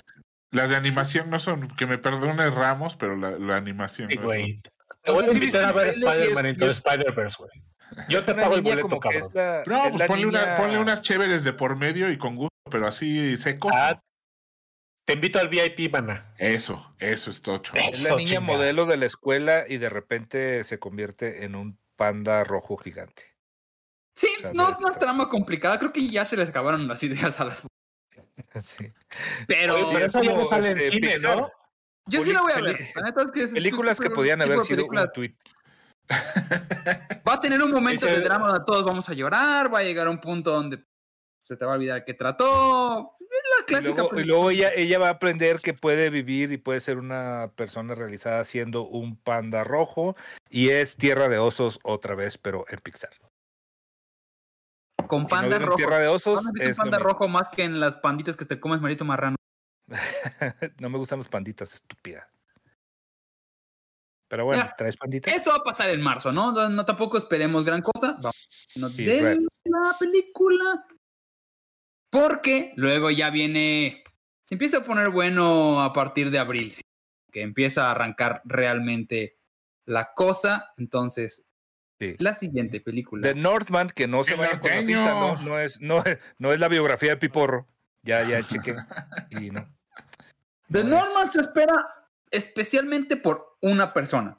A: las de animación no son. Que me perdone Ramos, pero la, la animación
D: Sí,
A: no es.
D: güey. Te voy a
E: Oye, sí viste
D: invitar a ver
E: el trailer y
D: Spider-Man
E: es-
D: into
E: y
D: the
E: es-
D: Spider-Verse, güey. Yo
E: es
D: te
E: una
D: pago el
E: niña
D: boleto,
E: como que
D: cabrón.
E: es la-
A: No,
E: es
A: pues
E: la
A: ponle, una,
E: niña-
A: ponle unas chéveres de por medio y con gusto, pero así secos.
D: Ah, te invito al VIP, mana.
A: Eso, eso es tocho.
E: Es la
C: Oh,
D: Eso,
E: niña
D: chingada.
E: modelo de la escuela y de repente se convierte en un panda rojo gigante. [laughs]
C: Sí,
E: O sea,
C: no
E: de-
C: es una trama complicada. Creo que ya se les acabaron las [laughs] ideas a las.
E: Sí.
C: Pero
D: Oye, pero
E: es
D: eso ya
E: como,
D: no sale en
E: este,
D: cine,
E: Pixar.
D: ¿no?
C: yo sí
E: peli-
C: la voy a
E: peli-
C: ver. La neta es que es-
E: Películas
C: tipo
E: que
C: de-
E: podían
C: tipo
E: haber
C: de
E: sido
C: películas.
E: un tweet.
C: Va a tener un momento
D: Ese-
C: de drama donde todos vamos a llorar. Va a llegar a un punto donde se te va a olvidar que trató. Es la
E: Y
C: clásica.
E: luego, y
C: película.
E: luego ella, ella va a aprender que puede vivir y puede ser una persona realizada siendo un panda rojo y es Tierra de Osos otra vez, pero en Pixar. Si
C: con
E: no
C: panda
E: vieron
C: rojo.
E: Tierra de Osos
C: ¿Dónde has visto
E: es
C: un panda
E: lo mismo.
C: rojo más que en las panditas que te comes marito marrano?
E: [laughs] no me gustan los panditas, estúpida. Pero bueno,
C: Mira,
E: ¿traes panditas?
C: Esto va a pasar en marzo, ¿no? No, no, tampoco esperemos gran cosa. Vamos no
E: Sí,
C: de
E: Red.
C: la película. Porque luego ya viene. Se empieza a poner bueno a partir de abril. ¿sí? Que empieza a arrancar realmente la cosa. Entonces,
E: Sí.
C: la siguiente película.
E: The Northman, que no se
A: ¡El
E: vayan con la
A: norteño!
E: finta, no, no es, no, no es la biografía de Piporro. Ya, ya
A: [laughs]
E: chequé. Y no.
C: The
E: no
C: Norman se espera especialmente por una persona,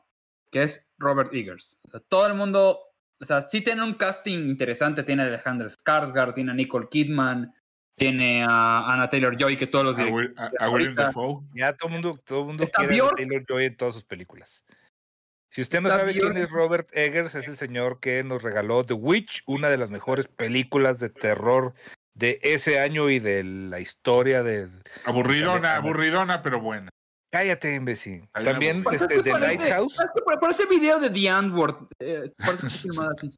C: que es Robert Eggers. O sea, todo el mundo, o sea, sí tiene un casting interesante. Tiene a Alejandra Skarsgård, tiene a Nicole Kidman, tiene a Anna Taylor-Joy, que todos los
A: A,
C: directores...
A: Will- a- a William
C: Ahorita-
A: Dafoe.
E: Ya todo el mundo, todo mundo
C: Está
E: quiere a
C: Bjork.
E: Taylor Joy en todas sus películas. Si usted no
C: Está
E: sabe quién
C: Bjork.
E: es Robert Eggers, es el señor que nos regaló The Witch, una de las mejores películas de terror de ese año y de la historia de...
A: Aburridona,
E: Sale-
A: aburridona, pero buena. Cállate.
E: Cállate, imbécil.
A: Hay una
E: También
A: buena.
E: este, The Lighthouse.
C: Pues es que pare- parece video de The Antwoord. eh, por eso está filmada
A: [laughs]
C: así.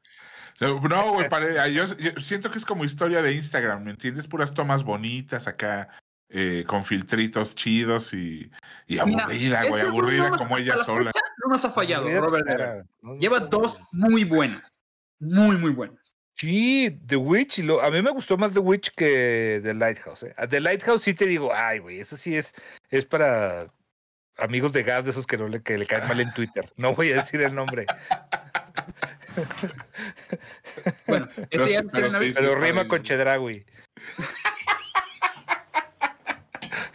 A: No, güey, pare- yo, yo siento que es como historia de Instagram, ¿me entiendes? Puras tomas bonitas acá, eh, con filtritos chidos y, y
C: Mira,
A: aburrida,
C: este
A: Ah, güey,
C: no
A: aburrida
C: nos-
A: como
C: hasta
A: ella
C: la [laughs]
A: sola.
C: fecha No nos ha fallado,
E: Mira,
C: Robert. Eggers.
E: cara, no, no
C: Lleva
E: sé.
C: dos muy buenas. Muy, muy buenas.
E: Sí, The Witch. y lo- a mí me gustó más The Witch que The Lighthouse. ¿eh? A The Lighthouse sí te digo, ay, güey, eso sí es, es para amigos de Gab de esos que, no le, que le caen mal en Twitter. No voy a decir el
A: [laughs]
E: nombre,
A: [laughs]
C: Bueno,
A: Pero
C: este ya
A: sí,
C: se estrenó
A: pero sí,
C: ahorita.
E: pero
A: para
E: rima
A: el-
E: con Chedragui.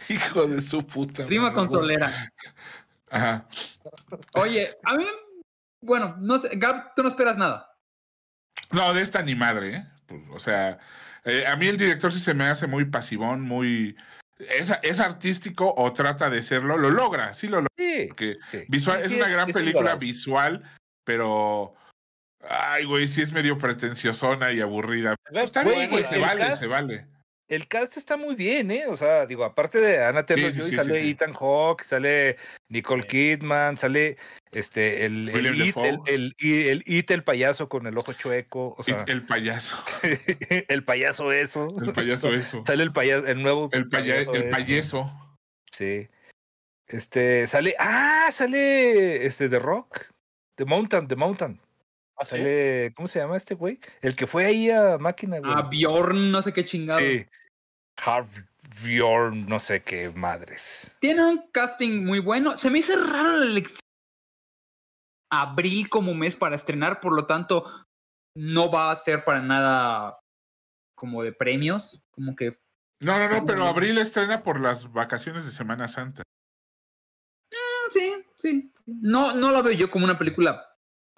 A: Hijo de su puta.
C: Rima
A: madre,
C: con
A: güey.
C: solera.
A: Ajá.
C: Oye, a mí, bueno, no sé, Gab, tú no esperas nada.
A: No, de esta ni madre, ¿eh? Pues, o sea, eh, a mí el director sí se me hace muy pasivón, muy. Es, es artístico o trata de serlo. Lo logra, sí lo logra.
E: Sí,
A: porque
E: sí.
A: Visual,
E: Sí,
A: es
E: sí,
A: una gran
E: es
A: película
E: ignorante.
A: visual, pero. Ay, güey, sí es medio pretenciosona y aburrida. Pero
E: Güey,
A: Está bien, güey,
E: el-
A: se
E: el
A: vale,
E: cast-
A: se vale.
E: El cast está muy bien, ¿eh? O sea, digo, aparte de Anna Taylor
A: sí,
E: Joy,
A: sí,
E: sale
A: sí, sí.
E: Ethan Hawke, sale Nicole Kidman, sale este el el
A: William
E: It, el,
A: Dafoe.
E: el, el, It, el payaso con el ojo chueco, o
A: Y
E: sea, el,
A: el payaso, [laughs] eh.
E: [laughs] payaso eso.
A: el payaso
E: [laughs]
A: eso.
E: Sale el payaso, el nuevo
A: El, paya- el
E: eso.
A: payaso.
E: Sí. Este, sale, ah, sale este The Rock, The Mountain, The Mountain.
D: ¿Ah, sí?
E: Sale, ¿cómo se llama este güey? El que fue ahí a máquina, güey.
C: A
A: Ah,
C: Bjorn, no sé qué chingado.
E: sí. Harv Bjorn, no sé qué madres.
C: Tiene un casting muy bueno. Se me hizo raro la elección. Abril como mes para estrenar, por lo tanto, no va a ser para nada como de premios. Como que. mm,
A: No, no, no,
E: Mm.
A: pero abril estrena por las vacaciones de Semana Santa.
C: mm, Sí, sí. No, no la veo yo como una película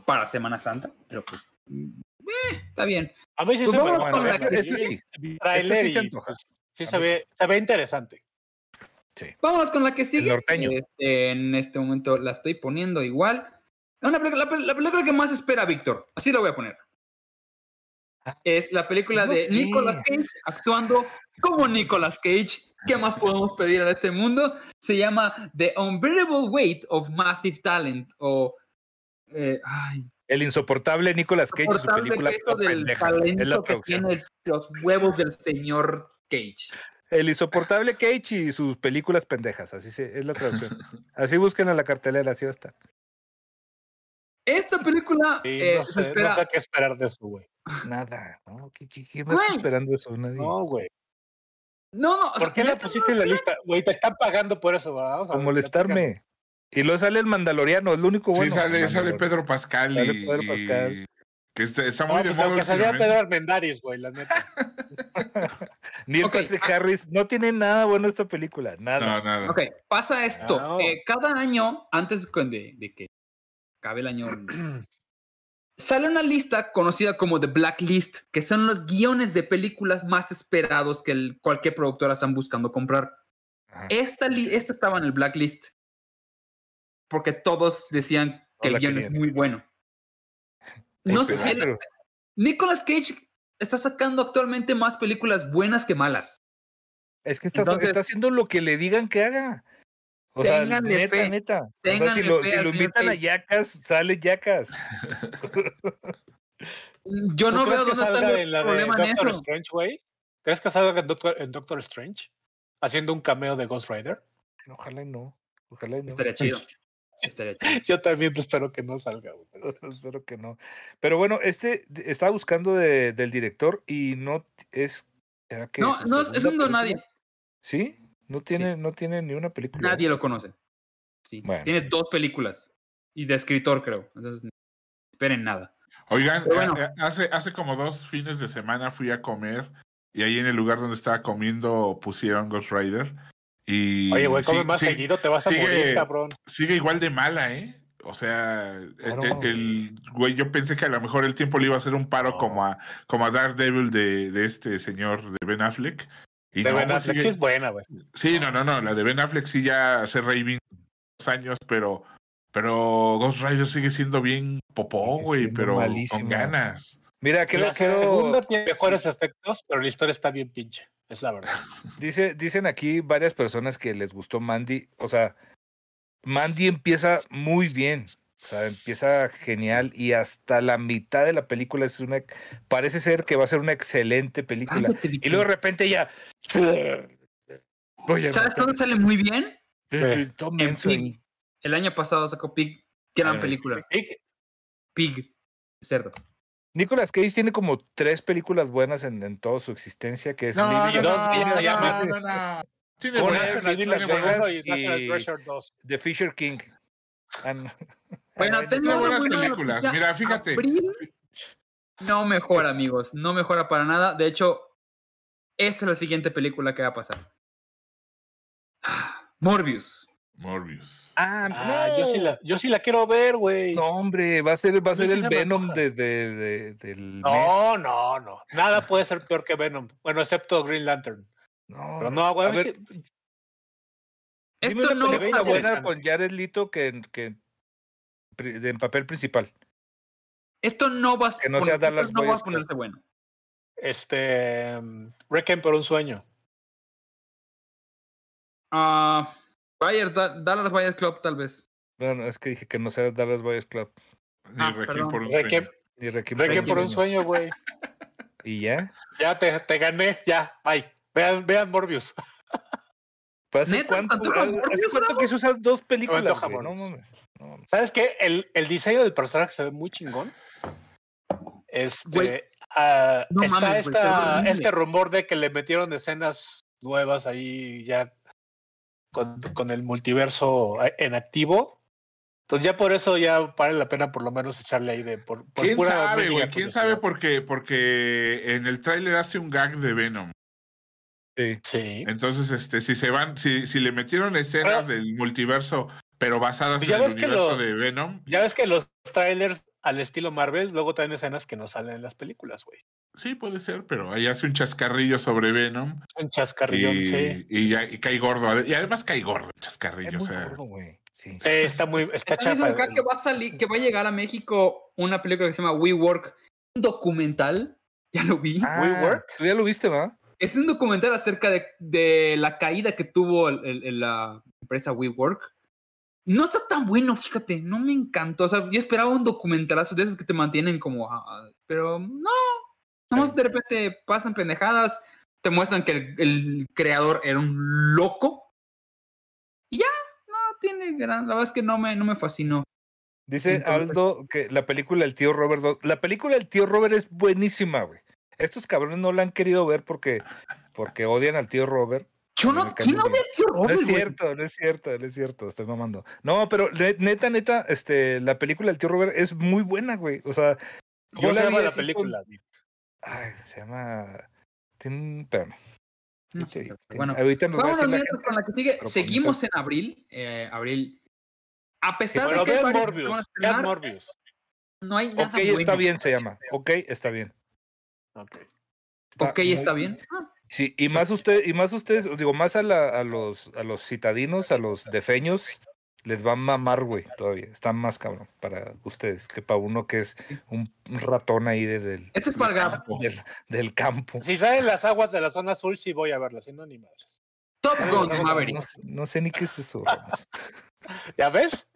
C: para Semana Santa, pero pues. mm, eh, está bien.
D: A mí sí
C: Pues
D: se me
C: vamos
D: antoja,
C: con la-
D: ¿verdad?
E: este
D: Yo
E: sí.
D: vi el tráiler
E: Este sí
D: y,
E: se antoja.
D: pues, sí
E: A
D: se
E: mí sí.
D: ve, se ve interesante.
C: Vámonos con la que sigue.
E: norteño.
C: Este, en este momento la estoy poniendo igual. Es una película- la, pel- la película que más espera Víctor. Así la voy a poner. Es la película
E: Ah. No
C: de
E: sé.
C: Nicolas Cage actuando como Nicolas Cage. ¿Qué más podemos pedir en este mundo? Se llama The Unbearable Weight of Massive Talent o eh, ay,
E: El insoportable Nicolas Cage y su
C: soportable
E: película
C: peso del
E: pendeja. Es la
C: talento que
E: traducción.
C: tiene los huevos del señor Cage.
E: El insoportable Cage y sus películas pendejas. Así se, es la
A: [laughs]
E: traducción. Así busquen a la cartelera, así va a estar.
C: Esta película
D: Sí,
C: eh,
D: no,
C: se
D: sé, no
C: espera
D: sé qué esperar de eso, güey.
E: Nada. ¿no? ¿Qué, qué- qué más está
C: Güey.
E: esperando eso? Nadie.
D: No, güey.
C: No, no, o sea,
D: ¿Por qué la
C: neta,
D: pusiste en la lista? Güey, te están pagando por eso, ¿verdad? O sea,
E: a molestarme. Y luego sale el Mandaloriano, el único bueno.
A: sí, sale,
E: el
A: sale
E: Mandalorian.
A: Pedro Pascal.
E: Sale
A: y,
E: Pedro Pascal.
A: y- que está, está
D: No,
A: muy de
D: pues,
A: moda.
D: aunque salía
A: últimamente.
D: Pedro Armendáriz, güey, la neta.
E: Neil
C: Ok,
E: Patrick Harris. No tiene nada bueno esta película. Nada.
A: No, nada.
C: Ok, pasa esto.
D: No.
C: eh, cada año, antes con- de, de que acabe el
D: [clears throat]
C: año, sale una lista conocida como The Blacklist, que son los guiones de películas más esperados que el- cualquier productora están buscando comprar.
E: Ajá.
C: Esta, li- esta estaba en el Blacklist, porque todos decían que
E: la
C: el guión es
E: querían.
C: muy bueno. No este,
D: Este,
C: sé si
E: Ah,
C: el-
E: pero-
C: Nicolas Cage está sacando actualmente más películas buenas que malas.
E: Es que está,
C: Entonces-
E: está haciendo lo que le digan que haga. O sea,
C: Ténganle
E: neta,
C: fe,
E: neta. O sea, si
C: ténganle
E: lo,
C: fe
E: si
C: al
E: lo
C: señor
E: invitan a
C: Cage.
E: Yacas, sale Yacas.
C: Yo
D: ¿Tú
C: no
D: crees
C: veo
D: que
C: dónde está
D: salga
C: el
D: en la de
C: problema en
D: Doctor
C: eso.
D: Strange, güey? ¿Crees que salga en Doctor, en Doctor Strange? Haciendo un cameo de Ghost Rider.
E: Ojalá y no. Ojalá y no.
C: [laughs] Estaría chido. Estaría
B: [laughs]
C: chido.
D: Yo también espero que no salga, güey. pero-
E: [laughs] Espero que no. Pero bueno, este d- estaba buscando de- del director y no t- es. ¿será que
C: No,
E: su
C: no, es
E: segunda
C: un don nadie.
E: película? ¿Sí? No tiene, no tiene ni una película.
C: Nadie lo conoce. Sí.
E: Bueno.
C: Tiene dos películas. Y de escritor, creo. Entonces, no esperen nada.
A: Oigan,
C: Pero bueno.
A: eh, eh, hace, hace como dos fines de semana fui a comer y ahí en el lugar donde estaba comiendo pusieron Ghost Rider. Y
D: Oye, güey,
A: sí-
D: come más
A: sí-
D: seguido, te vas a
A: sigue-
D: morir, cabrón.
A: sigue igual de mala, ¿eh? O sea, el-
E: Claro.
A: el, el- güey, yo pensé que a lo mejor el tiempo le iba a hacer un paro
E: No.
A: como a como a Daredevil de, de este señor de Ben Affleck. Y
D: De
A: no,
D: verdad,
A: pues,
D: Netflix
A: sigue-
D: es buena, güey.
A: Sí, no, no, no. La de Ben Affleck sí ya se reivindica dos años, pero, pero Ghost Rider sigue siendo bien popó,
E: Sigue
A: güey,
E: siendo
A: pero
E: malísima.
A: con ganas.
E: Mira,
D: Que
E: creo,
D: la
E: creo-
D: segunda tiene mejores efectos, pero la historia está bien pinche. Es la verdad.
E: dice, dicen aquí varias personas que les gustó Mandy. O sea, Mandy empieza muy bien. O sea, empieza genial y hasta la mitad de la película es una. Parece ser que va a ser una excelente película.
C: Cállate,
E: Y
C: Víctor.
E: luego de repente ya. Oye,
C: ¿Sabes dónde sale muy bien?
E: el Tom
C: En
E: Hanks ahí.
C: Pig. El año pasado sacó Pig. Gran
E: Ah,
C: película.
D: Y-
C: Pig. Cerdo.
E: Nicolas Cage tiene como tres películas buenas en, en toda su existencia, que es
A: No,
E: Living-
A: no,
D: Dos,
A: no,
D: y
A: no,
D: se llama-
A: no, no. Tiene
E: Con
A: buenas,
E: National
A: tiene
E: Treasure
A: buenas.
E: Vegas
B: y National
E: y-
B: Treasure 2.
E: The Fisher King. Ah, no.
C: Bueno,
E: Ay,
C: tengo
A: Tiene
C: una
A: buenas
C: buena
A: películas.
C: noticia.
A: Mira, fíjate.
C: pues Abril no mejora, amigos. No mejora para nada. De hecho, esta es la siguiente película que va a pasar. Ah, Morbius.
A: Morbius.
E: Ah,
B: Ah, yo, sí la, yo sí la quiero ver, güey.
E: No, hombre, va a ser, va a
B: Sí,
E: ser
B: sí
E: el
B: se me
E: Venom
B: antoja.
E: de, de- de- del mes.
B: no, no, no. Nada puede ser peor que Venom. Bueno, excepto Green Lantern.
E: No,
B: Pero no, güey.
E: A
B: a ver
E: ver,
B: si-
E: dime
C: Esto
E: una
C: no
E: película
C: está
B: interesante.
E: buena con Jared Lito que, en- que en pri- de- en papel principal.
C: Esto no va a,
E: Que no sea
C: esto
E: Dallas
C: no
E: Boy
C: va a
E: Scout.
C: ponerse bueno.
B: Este. mm, Requiem por un sueño.
C: Ah, Bayer, Da- Dallas Bayer Club, tal vez.
E: Bueno, es que dije que no sea Dallas Boys Club
A: Ni
C: Ah,
A: Requiem
C: perdón.
A: por un
B: Requiem,
A: sueño.
E: ni Requiem
B: Requiem
E: un
B: por un
E: sueño.
B: sueño, güey.
E: Y ya.
B: Ya te, te gané, ya. Bye. Vean, vean Morbius.
E: Pues, ¿Hace
C: ¿Neta?
E: cuánto, ah,
C: ¿Tanto amor
E: hace
C: por eso,
E: cuánto
C: bravo?
E: que se usas dos películas?
B: antoja,
E: güey? No
B: Boris.
E: mames. No mames.
B: ¿Sabes qué? El, el diseño del personaje se ve muy chingón. Este.
C: Güey.
B: ah,
C: No
B: está
C: mames, güey, se ve
B: esta-
C: horrible.
B: este rumor de que le metieron escenas nuevas ahí ya con, con el multiverso a- en activo. Entonces ya por eso ya vale la pena por lo menos echarle ahí de por, por
A: ¿Quién
B: pura
A: sabe,
B: mendiga
A: güey? ¿Quién
B: curiosidad.
A: sabe? Porque, porque en el tráiler hace un gag de Venom.
E: Sí.
B: Sí.
A: Entonces, este, si se van, si, si le metieron escenas del multiverso, pero basadas
B: Pues Ya
A: en el
B: ves que
A: universo
B: lo-
A: de Venom,
B: Ya ves que los trailers al estilo Marvel luego traen escenas que no salen en las películas, güey.
A: sí puede ser, pero ahí hace un chascarrillo sobre Venom
B: Un chascarrillón,
A: y,
B: sí.
A: y ya y cae gordo. Y además cae gordo el
E: Es
A: chascarrillo.
E: muy
A: o sea,
E: gordo, güey. Sí.
B: Sí, está muy, está
C: Están diciendo
B: chapa.
C: acá que va a salir, que va a llegar a México una película que se llama We Work, un documental. [laughs] Ya lo vi.
E: Ah,
B: WeWork.
E: Tú ya lo viste, ¿va?
C: Es un documental acerca de, de la caída que tuvo el- el- el- la empresa WeWork. No está tan bueno, fíjate, no me encantó. O sea, yo esperaba un documentalazo de esos que te mantienen como... ah, ah, pero no, nomás de repente pasan pendejadas, te muestran que el, el creador era un loco. Y ya, no tiene gran... La verdad es que no me, no me fascinó.
E: Dice
B: pues,
C: Entonces-
E: Aldo que la película del tío Robert. Do- La película del tío Robert es buenísima, güey. Estos cabrones no la han querido ver porque, porque odian al tío Robert.
C: Yo no...
E: Me
C: ¿Quién no
E: cambió.
C: ve al tío
E: No
C: Robert,
E: es
C: güey?
E: cierto, no es cierto, no es cierto, estoy mamando. No, pero le- neta, neta, este, la película del tío Robert es muy buena, güey. O sea,
B: ¿Cómo
E: yo
B: se
E: la
B: llama
E: vi
B: la
E: así con-
B: película? Vic?
E: Ay, se llama. Tiene un. espérame,
C: No,
E: sí, tiene-
C: bueno,
E: ahorita me va a
C: Vámonos
E: decir la
C: mientras
E: gente.
C: con la que sigue.
E: pero
C: Seguimos en abril. eh, abril. A pesar
B: Bueno,
C: de que hay
B: vean
C: varios que van a
B: Morbius. Vean
C: estrenar,
B: Morbius.
C: no hay nada
E: Ok, está
C: bueno.
E: bien, se llama. Ok, está bien.
B: Ok.
C: ok,
E: muy
C: está bien. Ah,
E: Sí, y más usted, y más ustedes, os digo, más a, la- a los a los citadinos, a los defeños, les va a mamar, güey, todavía. Está más cabrón para ustedes que para uno que es un un ratón ahí de- del,
C: este es para Gab.
E: del, del campo.
B: Si salen las aguas de la zona azul, sí voy a verla, si no, ni madres.
C: Top Gun
B: no, no,
C: Maverick.
E: No, sé- no sé ni qué es eso. Ramos.
B: ¿Ya ves?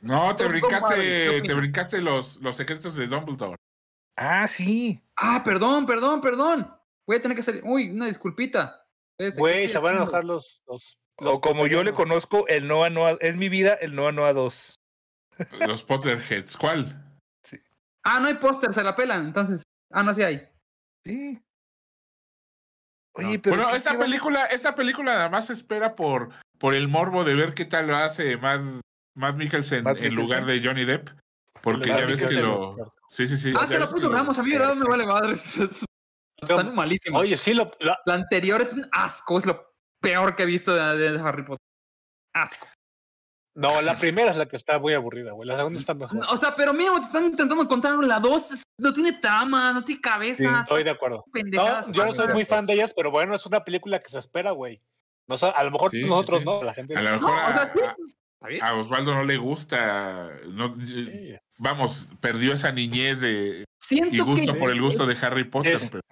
A: no, te
C: Tom Hardy, ¿qué
A: brincaste, te
C: opinas?
A: brincaste los, los secretos de Dumbledore. [laughs]
E: Ah, sí.
C: Ah, perdón, perdón, perdón. Voy a tener que salir. Uy, una disculpita. Ustedes aquí
B: Güey,
C: estoy
B: se van a
C: haciendo-
B: enojar los. los, los
E: O como yo le
B: coreanos.
E: conozco, el Noa Noa, es mi vida, el Noa Noa 2.
A: Los Potterheads. ¿Cuál?
C: Ah, no hay póster, se la pelan. Entonces, ah, no, sí hay.
E: Sí.
C: No.
E: Oye, pero.
A: bueno,
E: ¿qué-
A: esta
E: qué va-
A: película, esta película nada más se espera por, por el morbo de ver qué tal lo hace Matt, Matt Mikkelsen
E: Matt
A: en lugar de Johnny Depp. Porque
B: Matt
A: ya ves que
B: Mikkelsen,
A: lo. Sí, sí, sí.
C: Ah,
A: ya
C: se la
A: ves que
C: puso
A: lo-
C: Ramos. A mí, verdad, me vale madres. [laughs] Están malísimas.
B: Oye, sí, lo, la-
C: La anterior es un asco. Es lo peor que he visto de, de Harry Potter. Asco.
B: no, la primera es la que está muy aburrida, güey. La segunda está mejor.
C: O sea, pero mínimo te están intentando contar la 2. No tiene trama, no tiene cabeza.
B: Estoy de acuerdo.
C: pendejadas.
B: No, yo no
C: malas.
B: soy muy fan de ellas, pero bueno, es una película que se espera, güey. No sé, a lo mejor
A: Sí, sí,
B: nosotros
A: sí.
B: no, la gente.
A: A lo
C: No,
A: mejor
C: o sea,
A: a,
C: sí,
A: a-
C: está bien.
A: a Osvaldo no le gusta. no- eh,
B: Sí.
A: vamos, perdió esa niñez de, y
C: Siento
A: gusto
C: que.
A: por el gusto de Harry Potter.
B: Es-
A: pero-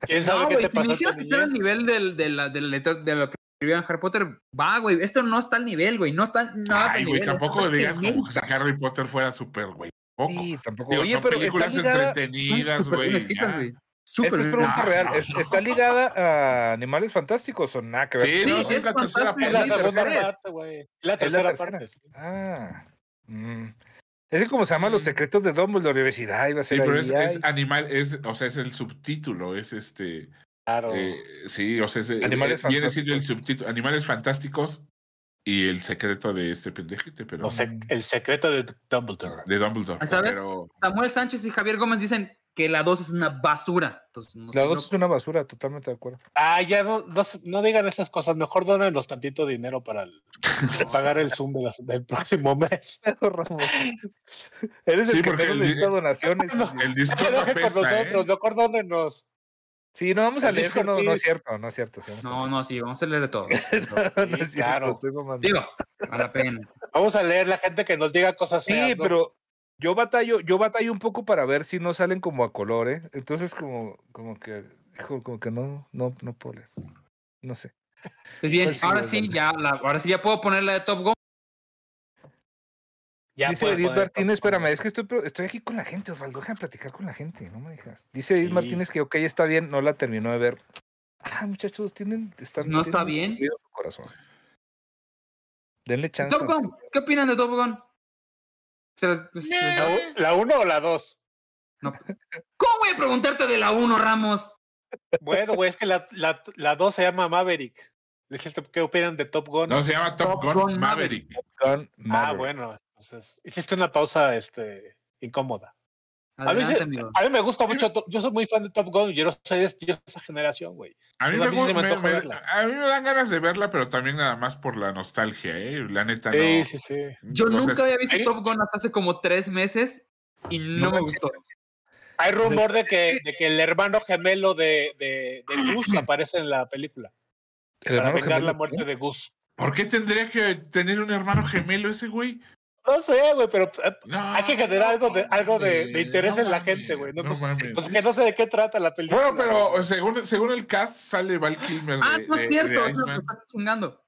B: ¿Quién sabe
C: No,
B: qué
C: güey,
B: te
C: si me
B: pasó? en tu
C: dijeras que está al
B: niñez?
C: nivel del, de, la, del letrero- de lo que escribió en Harry Potter, va, güey. Esto no está al nivel, güey. No está nada.
A: Ay,
C: al
A: güey,
C: nivel,
A: tampoco
C: está
A: digas como que si
C: genérica.
A: Harry Potter fuera súper, güey. Tampoco.
E: Sí, tampoco.
A: Digo,
E: Oye,
A: son
E: pero está
A: películas
E: ligada-
C: Son
A: entretenidas,
C: súper bien
A: güey.
C: escritas,
A: ya.
C: güey.
E: Esta
C: Súper
E: es
C: bien.
E: pregunta
A: No,
E: real.
A: no,
E: es- ¿Está ligada a animales fantásticos o nada que ver?
A: Sí,
C: Sí,
A: no, sí,
C: es
A: es la tercera
C: fantástica,
B: Es la
C: Sí,
A: parte.
B: segunda
C: tercera.
B: parte, güey. La
E: Es la
B: tercera
E: tercera.
B: parte. sí.
E: Ah. mm. Es que como se llama Los secretos de Dumbledore, yo decir, ay, va a
A: Sí,
E: ser
A: pero
E: ahí,
A: es,
E: ay.
A: es animal, es, o sea, es el subtítulo, es este.
B: Claro.
A: eh, sí, o sea, es, eh,
E: Animales
A: viene siendo el
E: fantásticos.
A: subtítulo. Animales fantásticos y el secreto de este pendejete, pero.
B: O sec- el secreto de Dumbledore.
A: De Dumbledore.
C: ¿Sabes?
A: Pero.
C: Samuel Sánchez y Javier Gómez dicen que la 2 es una basura. Entonces, no
E: La
C: sé,
E: dos es
C: no-
E: una basura, totalmente de acuerdo.
B: Ah, ya no, no, se- no digan esas cosas. Mejor dónenos tantito dinero para el- pagar el Zoom de las- del próximo
E: [laughs]
B: mes.
E: Eres el
A: Sí,
E: que
A: porque
E: menos
A: el-
E: necesita donaciones.
A: El disco
B: Se enojen con
A: apesta, ¿eh?
B: nosotros, mejor dónenos.
E: Sí, no vamos a
B: el
E: leer,
B: Discord
E: no,
B: sí.
E: no es cierto, no es cierto. sí, vamos a
C: No,
E: leer.
C: no, sí, vamos a leer
B: [laughs]
C: de todo.
E: No es
B: Sí,
E: cierto,
B: claro.
E: estoy mamando.
C: Digo, a la pena.
B: Vamos a leer la gente que nos diga cosas.
E: Sí,
B: feas, ¿no?
E: pero yo batallo, yo batallo un poco para ver si no salen como a color, ¿eh? Entonces como, como que, hijo, como que no, no, no puedo leer. No sé.
C: Pues bien,
E: Pues sí,
C: ahora
E: es
C: sí,
E: verdad.
C: ya, la- ahora sí ya puedo poner la de Top Gun.
B: Ya
E: Dice
B: puedes
E: Edith
B: poner
E: Martínez,
B: esto.
E: espérame, es que estoy, pro- estoy aquí con la gente, Osvaldo, deja platicar con la gente, no me dejas. Dice Edith
B: Sí.
E: Martínez que ok, está bien, no la terminó de ver. Ah, muchachos, tienen, están,
C: pues, No está
E: tienen
C: bien.
E: oprimido su corazón. Denle chance.
C: Top Gun, ¿qué opinan de Top Gun? Se las- pues, les-
B: ¿La u- ¿La 1 o la 2?
C: no. ¿Cómo voy a preguntarte de la 1, Ramos?
B: Bueno, güey, es que la 2 se llama Maverick. Dijiste, ¿qué opinan de Top Gun?
A: No, se llama Top,
C: Top
A: Gun,
C: Gun
A: Maverick.
E: Gun
B: ah,
E: Maverick.
B: bueno, entonces hiciste una pausa este, incómoda. A mí, Ah,
C: Adelante,
B: se-
C: amigo.
B: a mí me gusta mucho, Top- yo soy muy fan de Top Gun, yo no soy de, yo soy de esa generación, güey.
A: A mí,
B: Pues
A: me,
B: a mí sí
A: gu-
B: me
A: me-
B: antoja
A: me-
B: verla.
A: a mí me dan ganas de verla, pero también nada más por la nostalgia, ¿eh? La neta,
B: Sí,
A: no.
B: sí, sí.
C: Yo
A: O sea,
C: nunca había visto
B: ahí-
C: Top Gun hasta hace como tres meses y no,
E: No
C: me
E: manches.
C: gustó.
B: Hay rumor de que, de que el hermano gemelo de, de, de Gus aparece en la película
E: El
B: para
E: hermano
B: vengar la
E: gemelo,
B: muerte
E: ¿eh?
B: de Gus.
A: ¿Por qué tendría que tener un hermano gemelo ese güey?
B: No sé, güey, pero eh,
A: No,
B: Hay que generar algo de- algo de- de
A: eh,
B: interés en la
A: mames,
B: gente, güey, no,
A: No mames.
B: pues que no sé de qué trata la película.
A: Bueno, pero según, según el cast sale Val Kilmer.
C: ah,
A: de-
C: no es
A: de-
C: cierto,
A: de
C: eso es lo que
A: Iceman.
C: estás chingando.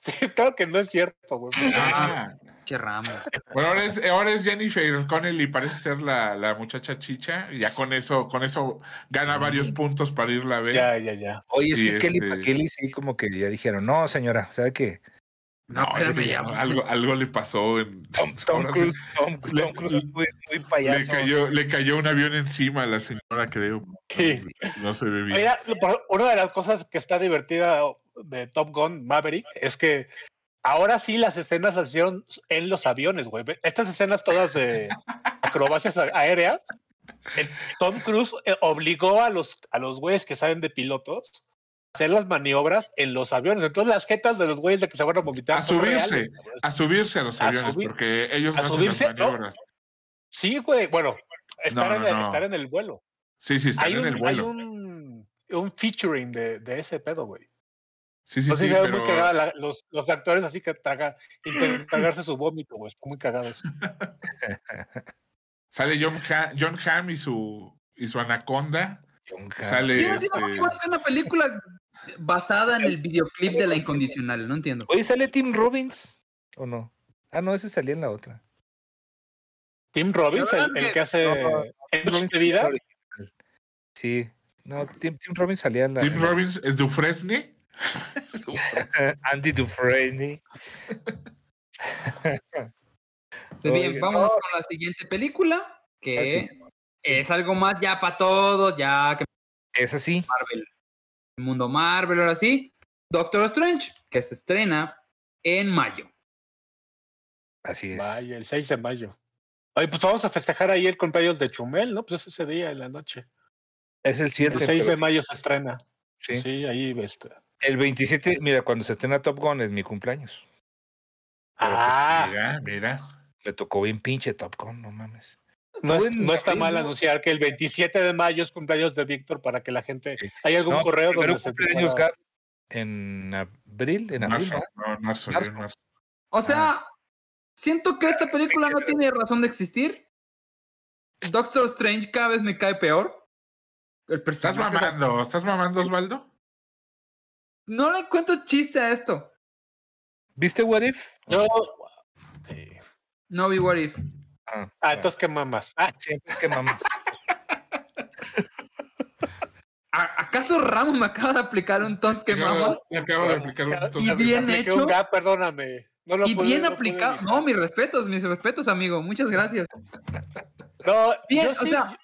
B: Sí, [laughs] claro que no es cierto, güey.
A: Ah,
C: Che, Ramos.
A: bueno, ahora es, ahora es Jennifer Connelly, parece ser la, la muchacha chicha. Y ya con eso, con eso gana varios puntos para irla a ver.
B: Mm. Ya, ya, ya.
E: Oye, es
A: Y
E: que Kelly
A: este-
E: pa' Kelly sí, como que ya dijeron, no, señora, ¿sabe qué?
A: No,
C: No,
A: ese
C: espérame, ya.
A: señor, algo, algo le pasó en.
E: Tom, Tom
A: ahora sí,
E: Cruise, Tom, Tom
A: Le-
E: Cruise es muy, muy
A: le,
E: payaso.
A: cayó, le cayó un avión encima a la señora, creo. Pues,
B: Sí.
A: No se ve bien.
B: Mira, lo- por- una de las cosas que está divertida de Top Gun Maverick es que ahora sí las escenas las hicieron en los aviones, güey. Ve- Estas escenas
A: [laughs]
B: todas de acrobacias a- aéreas. el- Tom Cruise eh, obligó a los, a los güeyes que salen de pilotos a hacer las maniobras en los aviones. Entonces las jetas de los güeyes de que se van a vomitar.
A: A
B: son
A: subirse,
B: reales, güey.
A: A subirse a los
B: A
A: aviones,
B: subir-
A: porque ellos
B: a
A: no hacen las
B: subirse, ¿no?
A: maniobras.
B: Sí, güey. Bueno, estar,
A: No,
B: en,
A: no,
B: el-
A: no.
B: estar en el vuelo.
A: Sí, sí, están
B: hay
A: en
B: un,
A: el
B: hay
A: vuelo.
B: un- un featuring de, de ese pedo, güey.
A: Sí, sí,
B: No sé,
A: sí,
B: queda
A: pero-
B: muy cagada la- los, los actores así que traga, intentan tragarse su vómito, güey. Está muy cagado eso.
A: Sale John, Ha- John Hamm y su, y su anaconda.
E: Tom Hanks.
A: Sale
C: Yo no entiendo por qué
A: este,
C: van a hacer una película basada en el videoclip de la incondicional, no entiendo.
E: Oye, ¿sale Tim Robbins o no? Ah, no, ese salía en la otra.
B: Tim Robbins,
C: verdad
B: el,
C: es
B: el
C: que-
B: que hace
E: No, no,
B: en
E: Tim Robbins
B: Noche de
E: salía en la
B: vida.
E: original. Sí. No, Tim, Tim Robbins salía en la...
A: Tim
E: en la-
A: Robbins, es
B: [laughs]
A: Dufresne. pues,
E: Andy Dufresne.
C: Pues bien,
E: Oigan,
C: vámonos con la siguiente película, que es algo más ya para todos, ya que
E: Es así.
C: Marvel. El mundo Marvel, ahora sí. Doctor Strange, que se estrena en mayo.
E: Así es.
B: Vaya, el 6 de mayo. Oye, pues vamos a festejar ahí el cumpleaños de Chumel, ¿no? Pues es ese día en la noche.
E: Es el 7.
B: El 6 de mayo se estrena.
E: sí. pues,
B: Sí, ahí este.
E: El 27, mira, cuando se estrena Top Gun es mi cumpleaños. Pero pues,
B: Ah,
A: Mira, mira.
E: Me tocó bien pinche Top Gun, no mames.
B: no, es-
E: buen
B: no está mal
E: ritmo.
B: anunciar que el 27 de mayo es cumpleaños de Víctor para que la gente.
E: Sí.
B: ¿Hay algún
E: No,
B: correo
E: primero
B: donde se te
E: cumpleaños,
B: pueda-
E: Gab, en abril, en abril,
A: Marzo,
E: ¿verdad?
A: no, marzo,
E: Marzo.
A: en marzo.
C: O sea,
B: Ah.
C: siento que esta película no tiene razón de existir. Doctor Strange cada vez me cae peor. El
A: ¿Estás
C: personaje es-
A: mamando? ¿Estás mamando, Osvaldo?
C: No le encuentro chiste a esto.
E: ¿Viste What If?
B: Yo. Sí.
C: No vi What If.
E: Ah,
B: Ah,
E: bueno,
B: entonces qué mamas. Ah,
E: siempre es que mamas.
C: ¿A- ¿Acaso Ramos me acaba de aplicar un tons que
A: Acaba-
C: mamón?
A: Acaba de aplicar un
B: Acaba-
A: tonto.
C: Y bien
B: apliqué
C: hecho.
B: un gap, perdóname. No lo
C: Y
B: pude-
C: bien
B: no pude
C: aplicado.
B: evitar.
C: No, mis respetos, mis respetos, amigo. Muchas gracias.
B: No,
C: Bien,
B: yo
C: o
B: sí-
C: sea,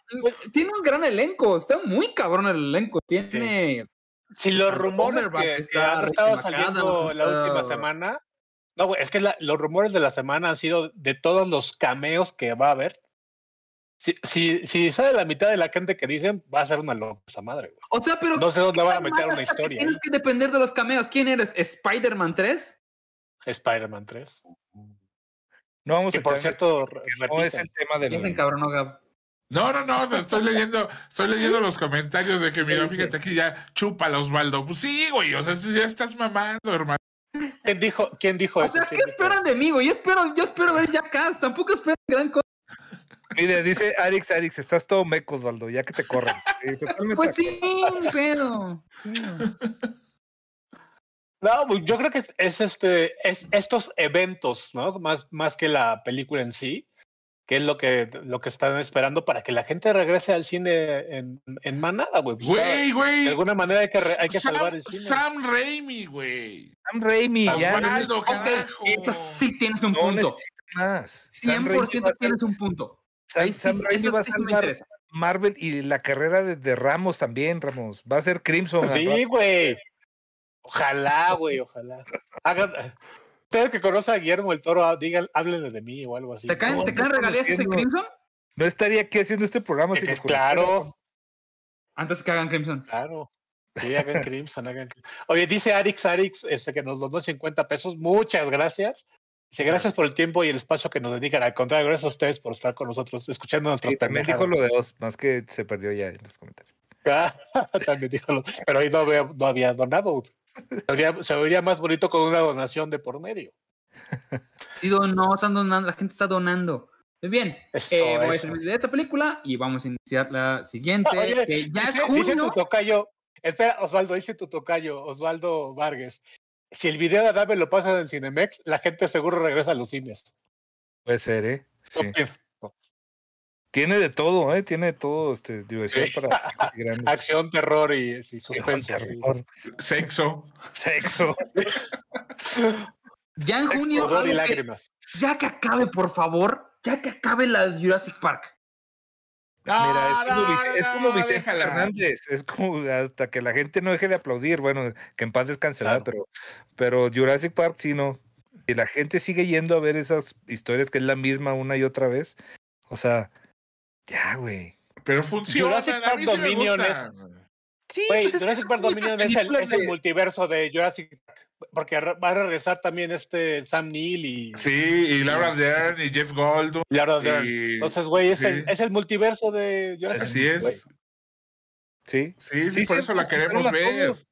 C: tiene un gran elenco. Está muy cabrón el elenco. Tiene.
B: Si los
C: Tanto
B: rumores
C: Overback
B: que, que
C: está,
B: han
C: Ricky
B: estado
C: Macadam,
B: saliendo la
C: está-
B: última semana. No, güey, es que la- los rumores de la semana han sido de todos los cameos que va a haber. Si, si, si sale la mitad de la gente que dicen, va a ser una loca esa madre, güey.
C: O sea, pero.
B: No sé dónde van a
C: ¿qué
B: meter
C: tan
B: una
C: mala está que
B: historia.
C: Tienes que depender de los cameos. ¿Quién eres? ¿Spider-Man 3?
B: ¿eh? Spider-Man 3.
E: No vamos
B: Que
E: a
B: por
E: quedar-
B: cierto, re-
E: que no es
B: repiten.
E: el tema de
C: ¿Quién se
E: la
C: encabronó, Gab?
A: No, no, no, no, estoy leyendo, estoy leyendo los comentarios de que, mira,
B: Este.
C: Dice.
A: fíjate aquí ya, chúpala, Osvaldo. Pues sí, güey, o sea, ya estás mamando, hermano.
B: ¿Quién dijo, quién dijo
C: O
B: eso?
C: sea, ¿qué
B: ¿Quién dijo eso?
C: esperan de mí, güey? Yo espero, yo espero ver Jackass. Tampoco espero gran cosa.
E: Mire, dice Arix, Arix, estás todo meco, Osvaldo, ya que te corran. Sí, totalmente
C: Pues sí, ni pedo. Sí.
B: No, pues, yo creo que es, es este, es estos eventos, ¿no? Más, más que la película en sí, que es lo que, lo que están esperando para que la gente regrese al cine en, en manada, güey. Pues,
A: Güey, güey.
B: de alguna manera hay que re- hay que
A: Sam-
B: salvar el cine.
A: Sam Raimi, güey.
E: Sam Raimi,
A: Osvaldo,
E: ya no
A: Osvaldo, carajo.
C: Ok, eso sí tienes un
E: no
C: punto.
E: necesito más. Sam Raimi va a
C: 100%
E: ser-
C: tienes un punto.
E: Sam,
C: Ahí sí,
E: Sam Raimi
C: eso
E: va a
C: sí me
E: salvar
C: interesa.
E: Marvel y la carrera de, de Ramos también, Ramos. Va a ser Crimson. al rato.
B: Sí, güey. Ojalá, güey, ojalá. Hagan, ustedes que conocen a Guillermo el Toro, ah, digan, háblenle de mí o algo así.
C: ¿Te caen,
E: No,
C: te
E: no
C: caen
E: estamos
C: regalías ese
E: viendo-
C: Crimson?
E: No estaría aquí haciendo este programa. si
B: Eh,
E: nos conociéramos.
B: Claro,
C: Antes que hagan Crimson.
B: claro.
E: [laughs]
B: Sí, hagan Crimson, hagan Crimson. Oye, dice Arix, Arix, este, que nos donó 50 pesos. Muchas gracias. Dice, gracias por el tiempo y el espacio que nos dedican. Al contrario, gracias a ustedes por estar con nosotros, escuchando
E: Sí,
B: nuestras
E: también dijo lo de Oz, más que se perdió ya en los comentarios.
B: [laughs] Ah, también dijo lo- Pero ahí no había, no había donado. Se vería, se vería más bonito con una donación de por medio.
C: Sí, no, están donando, la gente está donando. Muy bien,
B: Eso,
C: eh, voy a
B: eso.
C: terminar de esta película y vamos a iniciar la siguiente.
B: Ah, oye,
C: que ya es
B: Dice- Dice tu
C: junio.
B: tocayo, espera, Osvaldo, dice tu tocayo, Osvaldo Vargas. Si el video de Adame lo pasan en Cinemex, la gente seguro regresa a los cines.
E: Puede ser, ¿eh?
B: No
E: Sí.
B: pienso.
E: Tiene de todo, ¿eh? Tiene de todo, este, diversión
B: Sí. [laughs]
E: para chicos y grandes.
B: Acción, terror y eh, sí, suspenso. sí.
E: terror,
A: Sexo.
E: sexo.
C: Ya en
B: Sexo,
C: junio.
B: Dolor y
C: algo que-
B: lágrimas.
C: ya que acabe, por favor. Ya que acabe la de Jurassic Park.
E: Mira, es como,
A: Ah, No,
E: Vic- es como
A: no,
E: Vicente
A: déjala.
E: Fernández. Es como hasta que la gente no deje de aplaudir. Bueno, que en paz descanse, ¿verdad? pero, pero Jurassic Park sí no. Y la gente sigue yendo a ver esas historias que es la misma una y otra vez. O sea, ya, güey.
A: Pero funciona.
B: Jurassic
A: A mí
B: Park
A: sí me
B: Dominion
A: gusta.
E: Sí,
B: Güey,
E: pues es que
B: Jurassic
E: son
B: Park
E: esas
B: Dominion es el,
E: películas
B: es el
E: de-
B: multiverso de Jurassic Park. Porque re- va a regresar también este Sam Neill y
A: Sí, y Laura Dern y Jeff Goldblum.
B: Lara Dern.
A: y-
B: Entonces, güey, es, el,
A: sí.
B: es el multiverso de Jurassic
A: Así
B: Park, güey.
A: es.
E: Sí.
A: Sí, sí, por
E: sí,
A: eso la
E: juntaron
A: queremos
E: a
A: ver.
E: todos.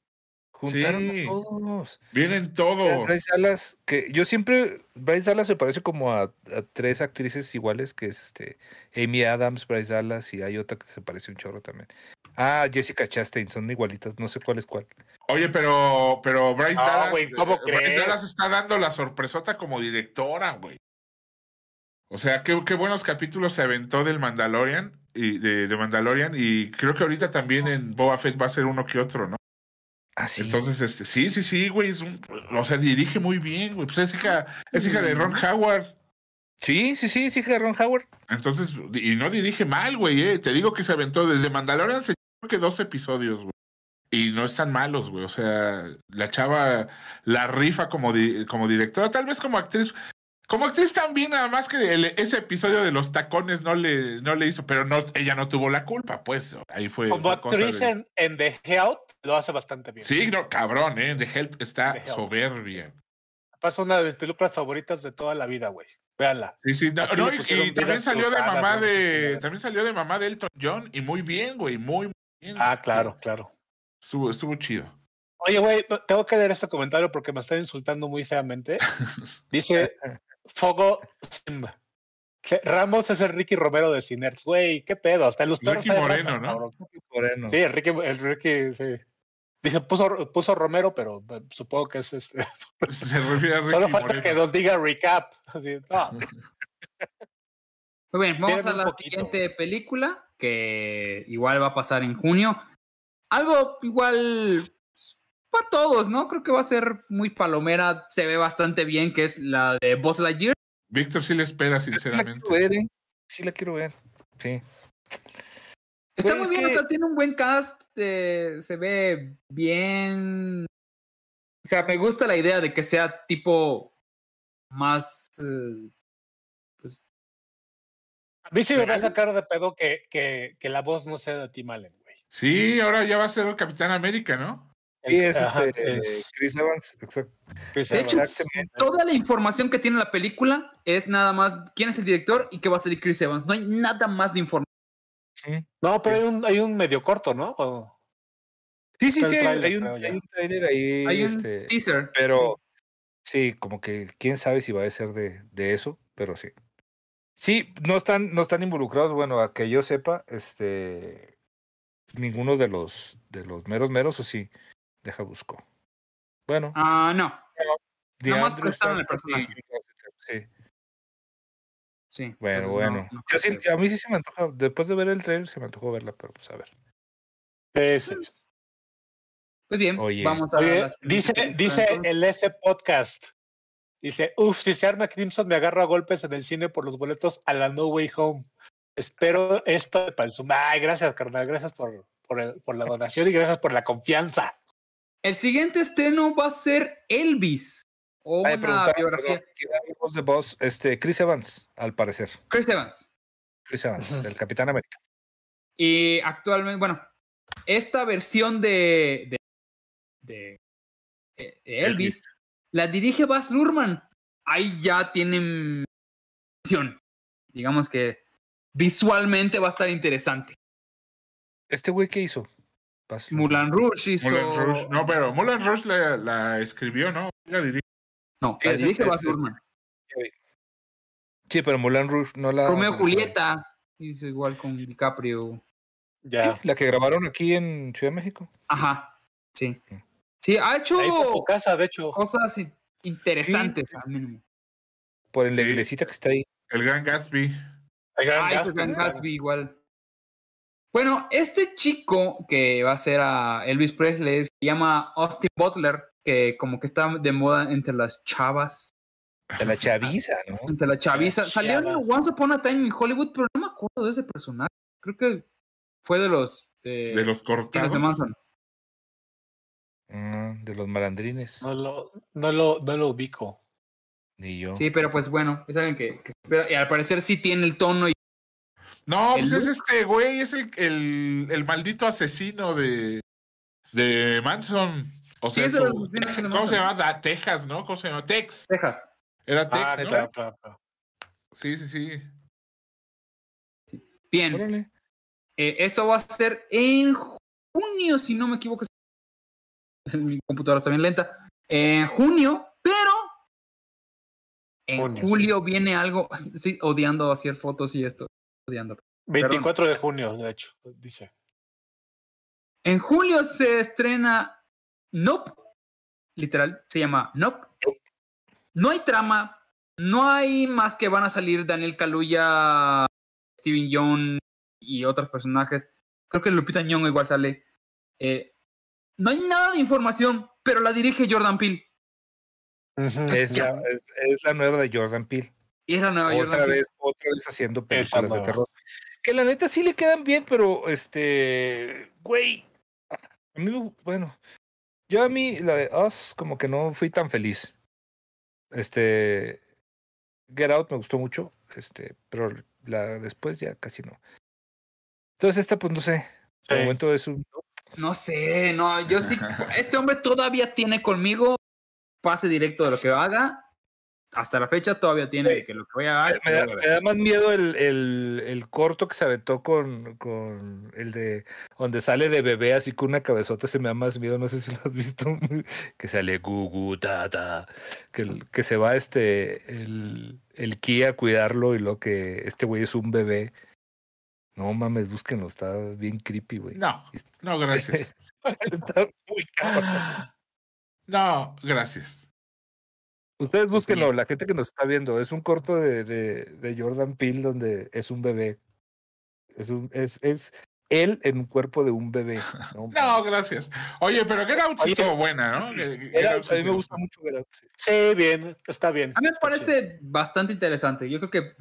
E: Juntaron
A: Sí.
E: a todos.
A: Vienen todos.
E: Bryce Dallas, que yo siempre, Bryce Dallas se parece como a, a tres actrices iguales, que es este, Amy Adams, Bryce Dallas, y hay otra que se parece un chorro también. Ah, Jessica Chastain, son igualitas, no sé cuál es cuál.
A: Oye, pero, pero Bryce
B: No,
A: Dallas.
B: güey, ¿cómo
A: eh, Bryce
B: crees?
A: Dallas está dando la sorpresota como directora, güey. O sea, qué, qué buenos capítulos se aventó del Mandalorian y de, de Mandalorian. Y creo que ahorita también en Boba Fett va a ser uno que otro, ¿no?
E: Ah, sí.
A: Entonces, este, sí, sí, sí, güey. es un- o sea, dirige muy bien, güey. Pues es hija,
B: Ah,
A: es hija de Ron Howard.
E: sí, sí, sí, es hija de Ron Howard.
A: Entonces, y no dirige mal, güey, eh. Te digo que se aventó desde Mandalorian, se creo que dos episodios, güey. Y no están malos, güey. O sea, la chava la rifa como, di- como directora, tal vez como actriz. Como actriz también, nada más que el- ese episodio de los tacones no le, no le hizo, pero no, ella no tuvo la culpa, pues. Ahí fue.
B: Como
A: fue cosa de-
B: actriz en, en The Help lo hace bastante bien.
A: Sí, no, cabrón, ¿eh? The Help está
B: The Help.
A: soberbia.
B: Pasa una de mis películas favoritas de toda la vida, güey. Véanla.
A: Sí, sí, no,
B: Aquí
A: no,
B: le
A: y,
B: pusieron
A: y también
B: vidas este
A: salió de
B: cruzadas,
A: mamá
B: ¿no?
A: de. También salió de mamá de Elton John y muy bien, güey, muy, muy bien.
B: Ah, claro, claro.
A: Estuvo, estuvo chido. [laughs]
B: Oye, güey, no- tengo que leer este comentario porque me están insultando muy feamente. Dice Fogo Sim. que Ramos es el Ricky Romero de Cinerts, güey, qué pedo, hasta en los perros
A: Ricky
B: hay
A: Moreno, ¿no?
B: cabrón.
E: Moreno.
B: Sí, el Ricky, el Ricky, sí. Dice, puso, puso Romero, pero eh, supongo que
A: [laughs]
B: es este.
A: Se refiere a Ricky
B: Solo falta
A: Moreno.
B: que nos diga recap. Así, no,
C: Muy bien, vamos a
B: Espérame un
C: la
B: poquito.
C: siguiente película que igual va a pasar en junio. Algo igual para todos, ¿no? Creo que va a ser muy palomera. Se ve bastante bien, que es la de Buzz Lightyear.
A: [laughs] Víctor sí le espera,
C: La
A: sinceramente.
C: quiero ver, ¿eh?
E: Sí, la quiero ver. Sí.
C: Está
E: Güey,
C: muy
E: es
C: bien, o
E: que-
C: sea, tiene un buen cast, eh, se ve bien. O sea, me gusta la idea de que sea tipo más. eh,
B: A mí sí me va a
A: ¿Real?
B: sacar de pedo que, que, que la voz no sea de Tim Allen, güey.
A: Sí, ahora ya va a ser el Capitán América, ¿no?
E: Sí, es
B: Ajá,
E: este,
B: es-
E: Chris Evans. Exacto.
B: Chris
C: De hecho,
B: Evans.
E: Exactamente.
C: toda la información que tiene la película es nada más quién es el director y qué va a salir Chris Evans. No hay nada más de información.
B: no, pero hay un, hay un medio corto, ¿no? O-
E: Sí, sí, sí.
B: Está el
E: hay-
B: tráiler,
E: Hay un,
B: creo ya.
E: hay un trailer ahí.
C: Hay un
E: este,
C: teaser.
E: Pero sí, como que quién sabe si va a ser de, de eso, pero sí. Sí, no están, no están involucrados, bueno, a que yo sepa, este ninguno de los de los meros meros, o sí. Deja busco. Bueno,
C: Ah, no.
E: The
C: nomás
E: Andrews
C: prestaron el
E: Target y- sí.
C: Sí.
E: Bueno,
C: entonces no-
E: bueno.
C: no
E: Yo
C: creo
E: sí-
C: que-
E: a mí sí se me antoja, después de ver el trailer se me antojó verla, pero pues a ver.
B: es-
C: Pues bien,
E: Oye. eh,
C: vamos a
B: Oye,
C: la siguiente
B: dice,
C: película,
B: dice
C: entonces.
B: el S Podcast. Dice, uff, si se arma Crimson, me agarro a golpes en el cine por los boletos a la No Way Home. Espero esto para el Zoom. Ay, gracias, carnal. Gracias por, por, el- por la donación y gracias por la confianza.
C: El siguiente estreno va a ser Elvis. O
E: Ay,
C: una
E: preguntaron,
C: biografía.
E: perdón, ¿quién era la voz de Buzz? Este, Chris Evans, al parecer.
C: Chris Evans.
E: Chris Evans,
B: Ujú.
E: el Capitán América.
C: Y actualmente, bueno, esta versión de, de, de- eh, de Elvis,
E: Elvis.
C: la dirige Baz Luhrmann. Ahí ya tienen visión. Digamos que visualmente va a estar interesante.
E: ¿Este güey qué hizo? Buzz Luhrmann.
C: Mulan Rush hizo...
A: Mulan Rush. No, pero Mulan Rush la, la escribió, ¿no? La dirige.
C: No, la
E: Es-
C: dirige
E: es-
C: Baz
E: es-
C: Luhrmann.
E: Sí, pero Mulan Rouge no la.
C: Romeo
E: no
C: y
E: la-
C: Julieta hizo igual con DiCaprio.
B: Ya.
E: La que grabaron aquí en Ciudad de México.
C: Ajá, sí. Sí, ha hecho
B: Ahí por tu casa, de hecho.
C: cosas in- interesantes al mínimo.
E: Por en la
A: Sí.
E: iglesita que está ahí.
A: El Gran Gatsby.
B: El Gran
C: Ay,
B: Gatsby.
C: pues, Gran Gatsby igual. Bueno, este chico que va a ser a Elvis Presley se llama Austin Butler, que como que está de moda entre las chavas,
E: De
C: [laughs]
E: la chaviza, ¿no?
C: entre la chaviza.
B: Las
C: Salió en
B: chavas.
C: Once Upon a Time en Hollywood, pero no me acuerdo de ese personaje. Creo que fue de los... eh,
A: De los
C: de los de
A: cortados.
C: Manson.
E: Ah, de los malandrines.
B: No lo, no, lo, no lo ubico.
E: Ni yo.
C: Sí, pero pues bueno, es alguien que, que se espera, y al parecer sí tiene el tono y
A: No,
C: El
A: pues es este güey, es el, el, el maldito asesino de, de Manson. O
C: Sí,
A: sea,
C: es de los
A: su-
C: asesinos de
A: ¿cómo
C: Manson.
A: se llama? Da- Texas, ¿no? ¿Cómo se llama? Tex.
C: Texas.
A: Era Tex,
B: Ah,
A: ¿no?
B: claro, claro, claro.
A: Sí, sí, sí.
C: Bien. [laughs]
E: Órale.
C: Eh, esto va a ser en junio, si no me equivoco. [laughs] Mi computadora está bien lenta. En junio, pero en
B: Junio, sí.
C: julio viene algo. [laughs] Estoy odiando hacer fotos y esto. Odiando.
B: 24 de junio, de hecho, dice.
C: En julio se estrena Nope. Literal, se llama Nope. No hay trama. No hay más que van a salir Daniel Kaluuya, Steven Young y otros personajes. Creo que Lupita Nyong'o igual sale. Eh, no hay nada de información, pero la dirige Jordan Peele.
B: Este,
E: Es la, es, es la nueva de Jordan Peele.
C: Y es la nueva
E: Otra
C: Jordan Peele.
E: vez, otra vez haciendo películas de
B: nueva.
E: terror. Que la neta sí le quedan bien, pero este. Güey. A mí, me- bueno. Yo a mí, la de Us, como que no fui tan feliz. Este. Get Out me gustó mucho. Este. Pero la después ya casi no. Entonces, esta, pues no sé. De
B: Sí.
E: momento es un.
C: No sé, no,
E: [laughs]
C: yo sí. Este hombre todavía tiene conmigo pase directo de lo que haga. Hasta la fecha todavía tiene de que lo que voy a hacer.
E: Me da, me da más miedo el, el, el corto que se aventó con, con el de donde sale de bebé así con una cabezota se me da más miedo, no sé si lo has visto, [laughs] que sale gugu, ta, ta, que, el- que se va este el, el Kia a cuidarlo y lo que este güey es un bebé. No mames, búsquenlo, está bien creepy, güey.
A: No, no, gracias.
E: [laughs] Está muy cabrón.
A: No, gracias.
E: Ustedes búsquenlo, la gente que nos está viendo. Es un corto de, de, de Jordan Peele donde es un bebé. Es un, es, es, él en un cuerpo de un [laughs] bebé.
A: No,
E: No, mames.
A: gracias. Oye, pero Get Out sí
E: Oye,
A: estuvo buena, ¿no? Get- Get
E: Era-
A: Out sí
E: a mí me
A: estuvo-
E: gusta mucho Get Out, sí.
B: Sí, bien, está bien.
C: A mí me
B: Está chido.
C: parece bastante interesante. Yo creo que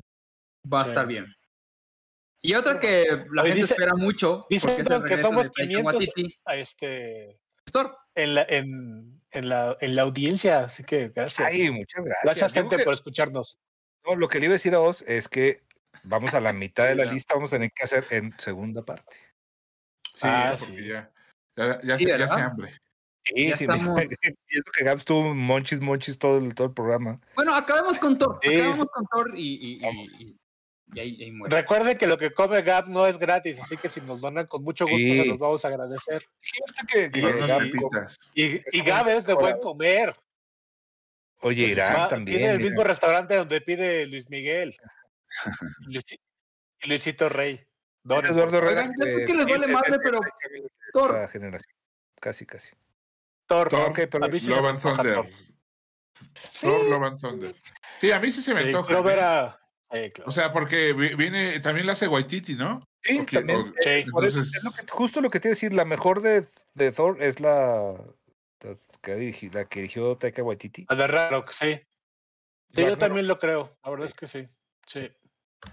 C: va a
B: Sí.
C: estar bien. Y otra que la
B: Oye,
C: gente
B: dice-
C: espera mucho.
B: dice
C: porque es el
B: que
C: regreso
B: somos
C: de Taika
B: 500.
C: Waititi.
B: A este,
C: Store.
B: en, la, en, en, la, en la audiencia, así que gracias.
E: Ay, muchas gracias.
B: gracias,
E: Digo
B: gente,
E: que-
B: por escucharnos.
E: no, lo que le iba a decir a vos es que vamos a la mitad de la
A: Ya.
E: lista, vamos a tener que hacer en segunda parte.
A: Sí,
B: Ah,
A: porque
B: sí.
A: ya. Ya, ya
C: Sí,
A: se, ya
C: ¿verdad?
A: se hambre.
E: Sí,
C: Ya
E: sí, me-
C: estamos.
E: [laughs] y eso que Gabs tuvo monchis, monchis todo el, todo el programa.
C: Bueno, acabemos con Thor.
B: Sí.
C: Acabamos con Thor y, y- y-
E: Vamos.
C: y- y ahí, ahí muere.
B: Recuerden que lo que come Gab no es gratis, así que si nos donan con mucho gusto,
E: Sí.
B: se los vamos a agradecer.
E: Que-
A: Y
E: que
A: con unas
E: Gab-
A: pepitas.
B: Y, y
E: muy
B: Gab es de buen comer.
E: Oye,
B: Va-
E: Irán
B: Tiene
E: también.
B: el mismo
E: mira.
B: restaurante donde pide Luis
E: [laughs]
B: Miguel. Luisi- y Luisito Rey.
E: Es
B: Donen,
E: Eduardo
B: por favor.
E: Herrera,
C: Oigan, yo creo que
E: eh,
C: les vale
E: es
C: madre,
E: el-
C: pero
E: es el-
C: Thor,
E: esta generación. Casi, casi.
B: Thor,
A: Thor,
E: Ok, pero
B: a mí sí me
A: Love and
B: antoja
A: Thunder.
B: Thor.
A: Thor, Love and Thunder. Sí, a mí sí se me
B: Sí,
A: antoja.
B: quiero ver
A: ¿eh?
B: a- eh, claro.
A: O sea, porque vi- viene, también la hace Waititi, ¿no?
E: Sí,
A: Ok,
E: también.
A: ok.
E: eh,
B: Sí.
E: por eso
A: Entonces-
E: es lo que- justo lo que te iba a decir, la mejor de, de Thor es la, la que, dirigi- la que dirigió Taika Waititi.
B: A The Ragnarok, sí. Sí, yo
E: Ragnarok.
B: también lo creo. La verdad es que sí. Sí.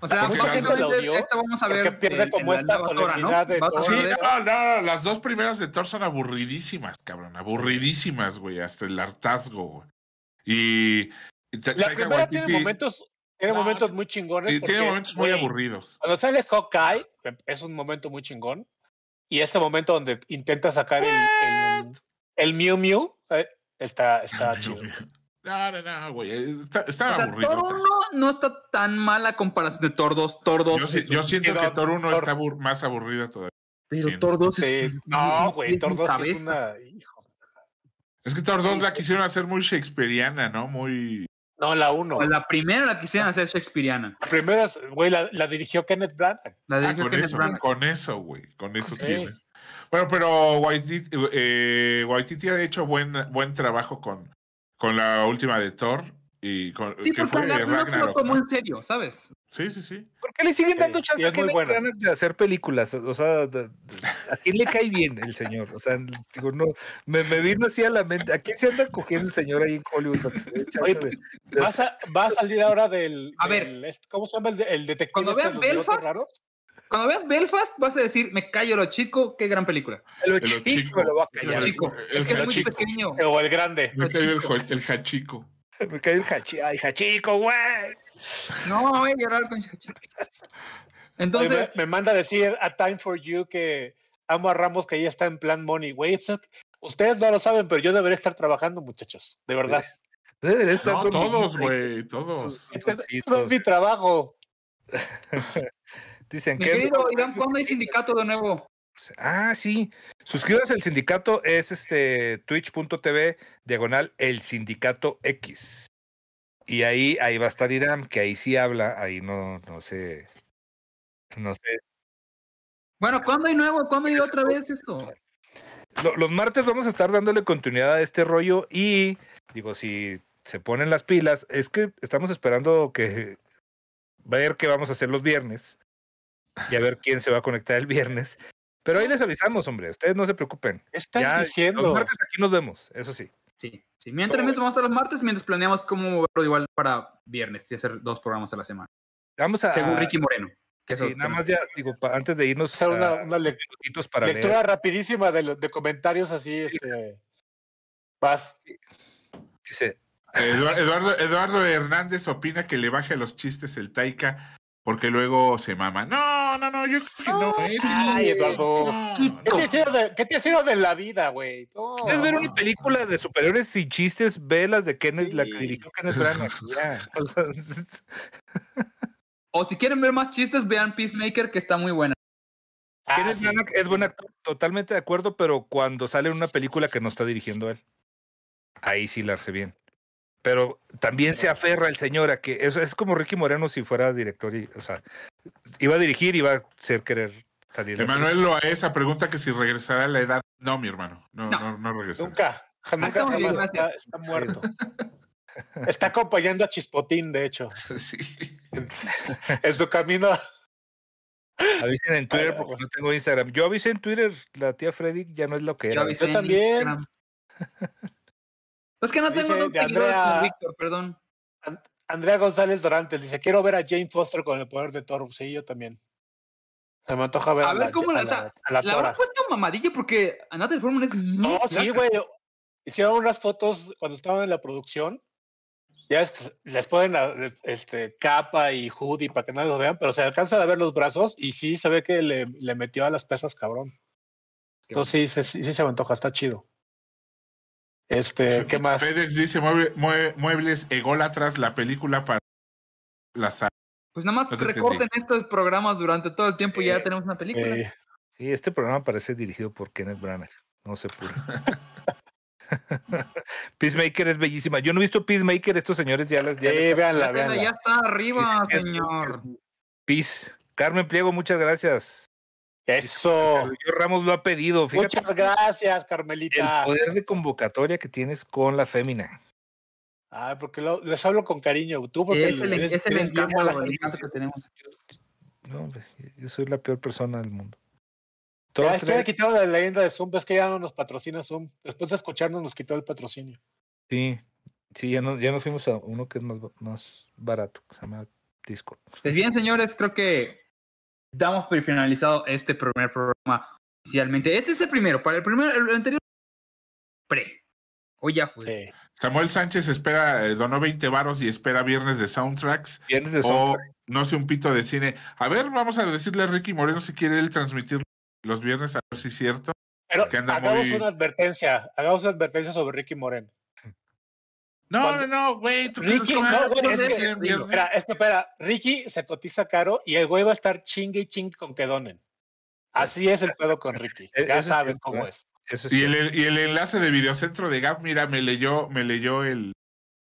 C: o sea,
A: porque
C: básicamente
B: Sandra lo odió,
C: esta vamos a
B: porque
C: ver
B: pierde
C: en-
B: como
C: en la
B: esta
C: nueva Thora, ¿no?
B: solemnidad de
C: Va a
A: Sí,
B: Thor.
C: ser de-
A: no, no, las dos primeras de Thor son aburridísimas, cabrón. Aburridísimas, güey, hasta el hartazgo, güey. Y. y Ta-
B: La
A: Taika
B: primera tiene
A: Waititi-
B: momentos, tiene
A: No,
B: momentos
A: sí.
B: muy chingones.
A: Sí, tiene
B: porque,
A: momentos muy
B: güey,
A: aburridos.
B: Cuando sale Hawkeye, que es un momento muy chingón. Y ese momento donde intenta sacar el, el, el Mew Mew, eh, está,
A: [laughs]
B: está chido.
A: No, no, no, güey. Está,
C: O
A: están
C: sea, Thor
A: aburridos.
C: 1 no está tan mala comparación de Thor 2. Thor 2
A: pues. Yo, sí-
C: es
A: yo
C: un-
A: siento
B: Pero
A: que Thor 1
B: Thor-
A: está abur- más aburrida todavía.
C: Pero
A: sí.
C: Thor 2
B: Sí,
C: es.
B: no, güey,
C: es
B: Thor
C: mi
B: 2 sí es
C: cabeza.
B: una. Hijo.
A: Es que Thor 2 la quisieron hacer muy shakespeariana, ¿no? Muy.
B: No, la 1.
C: O La primera la quisieran hacer shakespeariana.
B: La primera, es- güey, la, la dirigió Kenneth Branagh.
C: La
A: Ah,
C: dirigió
A: con,
C: Kenneth
A: eso,
C: Branagh.
A: con eso, güey. Con eso
B: Sí.
A: tienes. Bueno, pero Waititi, eh, Waititi ha hecho buen, buen trabajo con, con la última de Thor. Y con,
C: Sí,
A: que
C: porque
A: fue
C: Ragnarok no se lo
A: Ragnarok.
C: tomó
A: ¿no?
C: en serio, ¿sabes?
A: Sí, sí, sí.
E: ¿Por qué le siguen
B: Sí,
E: dando
B: y
E: chance
B: es
E: a
B: muy
E: Kenneth
B: buena.
E: Branagh de hacer películas? O sea, de- de- ¿a quién le cae bien el señor? O sea, digo, no, me, me vino así a la mente. ¿A quién se anda cogiendo el señor ahí en Hollywood? para que le dé chance de- de
B: Va a, sa- va a salir ahora del.
C: A ver.
B: del este- ¿Cómo se llama el, de- el detective?
C: Cuando
B: este de
C: veas
B: los bigotes
C: Belfast,
B: raros?
C: Cuando veas Belfast, vas a decir, me callo lo chico, qué gran película.
E: Lo
A: El
E: chico,
A: Ochico.
E: me lo va a
C: Lo
E: callar.
A: El-
C: chico.
A: el
C: es que es muy
A: Hachico.
C: pequeño.
B: O el grande.
A: Me cayó el, jo- el jachico.
E: Me cae el hachi. Ay, hachico, güey.
C: No, eh, voy a llorar con ese chico.
B: Oye, me-
C: Entonces,
B: me, manda a decir a Time for You que amo a Ramos que ya está en plan money. Güey, o sea, ustedes no lo saben, pero yo debería estar trabajando, muchachos. De verdad.
E: Deben estar
A: No,
E: con
A: todos,
E: mi-
A: güey, todos.
B: Este-
E: todos,
B: este no es
E: todos.
B: mi trabajo.
E: Dicen
C: mi
E: que.
C: querido Irán, ¿cuándo hay sindicato de nuevo?
E: Ah, sí. Suscríbase al sindicato. Es este twitch.tv diagonal el sindicato X. Y ahí, ahí va a estar Irán, que ahí sí habla, ahí no, no sé. No sé.
C: Bueno, ¿cuándo hay nuevo? ¿Cuándo hay otra vez esto?
E: Lo- los martes vamos a estar dándole continuidad a este rollo y digo, si se ponen las pilas, es que estamos esperando que ver qué vamos a hacer los viernes y a ver quién se va a conectar el viernes. Pero ahí les avisamos, hombre, ustedes no se preocupen.
B: ¿Qué están
E: Ya, Los
B: diciendo?
E: martes aquí nos vemos, eso sí.
C: Sí, sí. Mientras, mientras vamos a los martes, mientras planeamos cómo moverlo igual para viernes y hacer dos programas a la semana.
E: Vamos a.
C: Según Ricky Moreno. Que
E: sí,
C: eso-
E: nada
C: que-
E: más ya, digo, pa- antes de irnos.
B: Hacer una,
E: a
B: una lec-
E: unos minutitos para leer.
B: lectura rapidísima de, lo- de comentarios así. Este, vas.
E: Dice,
A: Eduar- Eduardo, Eduardo Hernández opina que le baje a los chistes el Taika porque luego se mama. No, no, no, yo creo que no. ¿eh?
B: Ay, Eduardo.
A: No,
B: ¿Qué te ha sido de, qué te ha sido de la vida, güey? No.
E: ¿Quieres ver una película de superhéroes sin chistes? Ve las de Kenneth, la que
B: Sí.
E: dirigió Kenneth Branagh.
B: [laughs]
E: ya, o sea, [laughs]
C: O si quieren ver más chistes, vean Peacemaker, que está muy buena.
B: Ah,
E: Kenneth
B: sí.
E: Branagh es buen actor, totalmente de acuerdo, pero cuando sale en una película que no está dirigiendo él, ahí sí la hace bien. Pero también se aferra el señor a que eso es como Ricky Moreno si fuera director y, o sea, iba a dirigir y iba a ser querer salir.
A: Emanuel Loaesa pregunta que si regresará a la edad. No, mi hermano, no,
C: No.
A: no, no, regresará. [laughs]
E: Ah,
B: Nunca. Nunca
C: está muy bien,
B: jamás está,
C: gracias.
B: está muerto. Está acompañando a Chispotín, de hecho,
A: Sí.
B: en su camino
E: Avisen en Twitter porque no tengo Instagram. Yo avisé en Twitter, la tía Freddy ya no es lo que
C: Yo
E: era.
C: avisé en
B: también.
C: Instagram. Es que no
B: Dice
C: tengo dos
B: de
C: seguidores
B: Andrea-
C: como Víctor, perdón.
B: Andrea González Dorantes dice, quiero ver a Jane Foster con el poder de Thor. Sí, yo también. Se me antoja ver
C: A
B: a,
C: ver
B: la,
C: cómo la-
B: a
C: o sea,
B: la- a la
C: La pues,
B: Tora.
C: habrá puesto mamadilla porque Natalie Forman es muy
B: No, sí,
C: flaca.
B: güey. Hicieron unas fotos cuando estaban en la producción. Ya es que se- les ponen la- este, capa y hoodie para que no los vean, pero se alcanzan a ver los brazos y sí se ve que le, le metió a las pesas, cabrón.
C: Qué
B: Entonces sí, se- sí, sí se me antoja, está chido.
C: [laughs]
B: Este, ¿qué más?
A: FedEx dice mueble- mue- muebles ególatras la película para la sala.
C: Pues nada más
A: No te
C: recorten estos programas durante todo el tiempo y ya
E: Sí.
C: tenemos una película.
B: Eh,
E: Sí, este programa parece dirigido por Kenneth Branagh. No se
B: [laughs]
E: pudo. [laughs] Peacemaker es bellísima. Yo no he visto Peacemaker, estos señores ya las ya les-
B: eh, véanla,
C: Ya, tenla, ya
B: véanla.
C: está arriba,
E: Dicen que es- que es
C: señor.
E: Peace. Carmen Pliego, muchas gracias.
B: Eso.
E: Sergio Ramos lo ha pedido. Fíjate
B: Oh. Muchas gracias,
E: el
B: Carmelita.
E: poder de convocatoria que tienes con la fémina.
B: Ay, porque lo- les hablo con cariño. Tú porque
C: Es el,
B: eres-
C: es el
B: eres bien
C: encanto,
B: mala
C: el
B: gente.
C: encanto que tenemos.
E: No, pues, yo soy la peor persona del mundo.
B: Ya,
E: Todo
B: es que ya
E: tres-
B: quitaron la leyenda de Zoom, es que ya no nos patrocina Zoom. Después de escucharnos nos quitó el patrocinio.
E: Sí, sí, ya nos ya nos fuimos a uno que es más, ba- más barato, que se llama Discord.
C: Pues bien, señores, creo que damos por finalizado este primer programa oficialmente. Este es el primero, para el primer, el anterior pre. Hoy ya fue.
B: Sí.
A: Samuel Sánchez espera, eh, donó 20 varos y espera viernes de soundtracks.
E: Viernes de
A: o
E: soundtrack.
A: no sé, un pito de cine. A ver, vamos a decirle a Ricky Moreno si quiere él transmitir los viernes, a ver si es cierto.
B: Pero
A: Que anda
B: hagamos
A: muy-
B: una advertencia, hagamos una advertencia sobre Ricky Moreno.
A: No,
B: Cuando-
A: no, no, güey. ¿tú crees
B: Ricky,
A: que me
B: no,
A: hagas
B: güey,
A: transmitir
B: es que-
A: en viernes?
B: Espera, es que espera, Ricky se cotiza caro y el güey va a estar chingue y chingue con que donen. Así es el pedo con Ricky.
E: E- eso
B: Ya
E: es
B: sabes
E: cierto,
B: cómo
E: ¿eh?
B: es.
E: Eso es
A: Y el, y el enlace de Videocentro de Gap, mira, me leyó, me leyó el,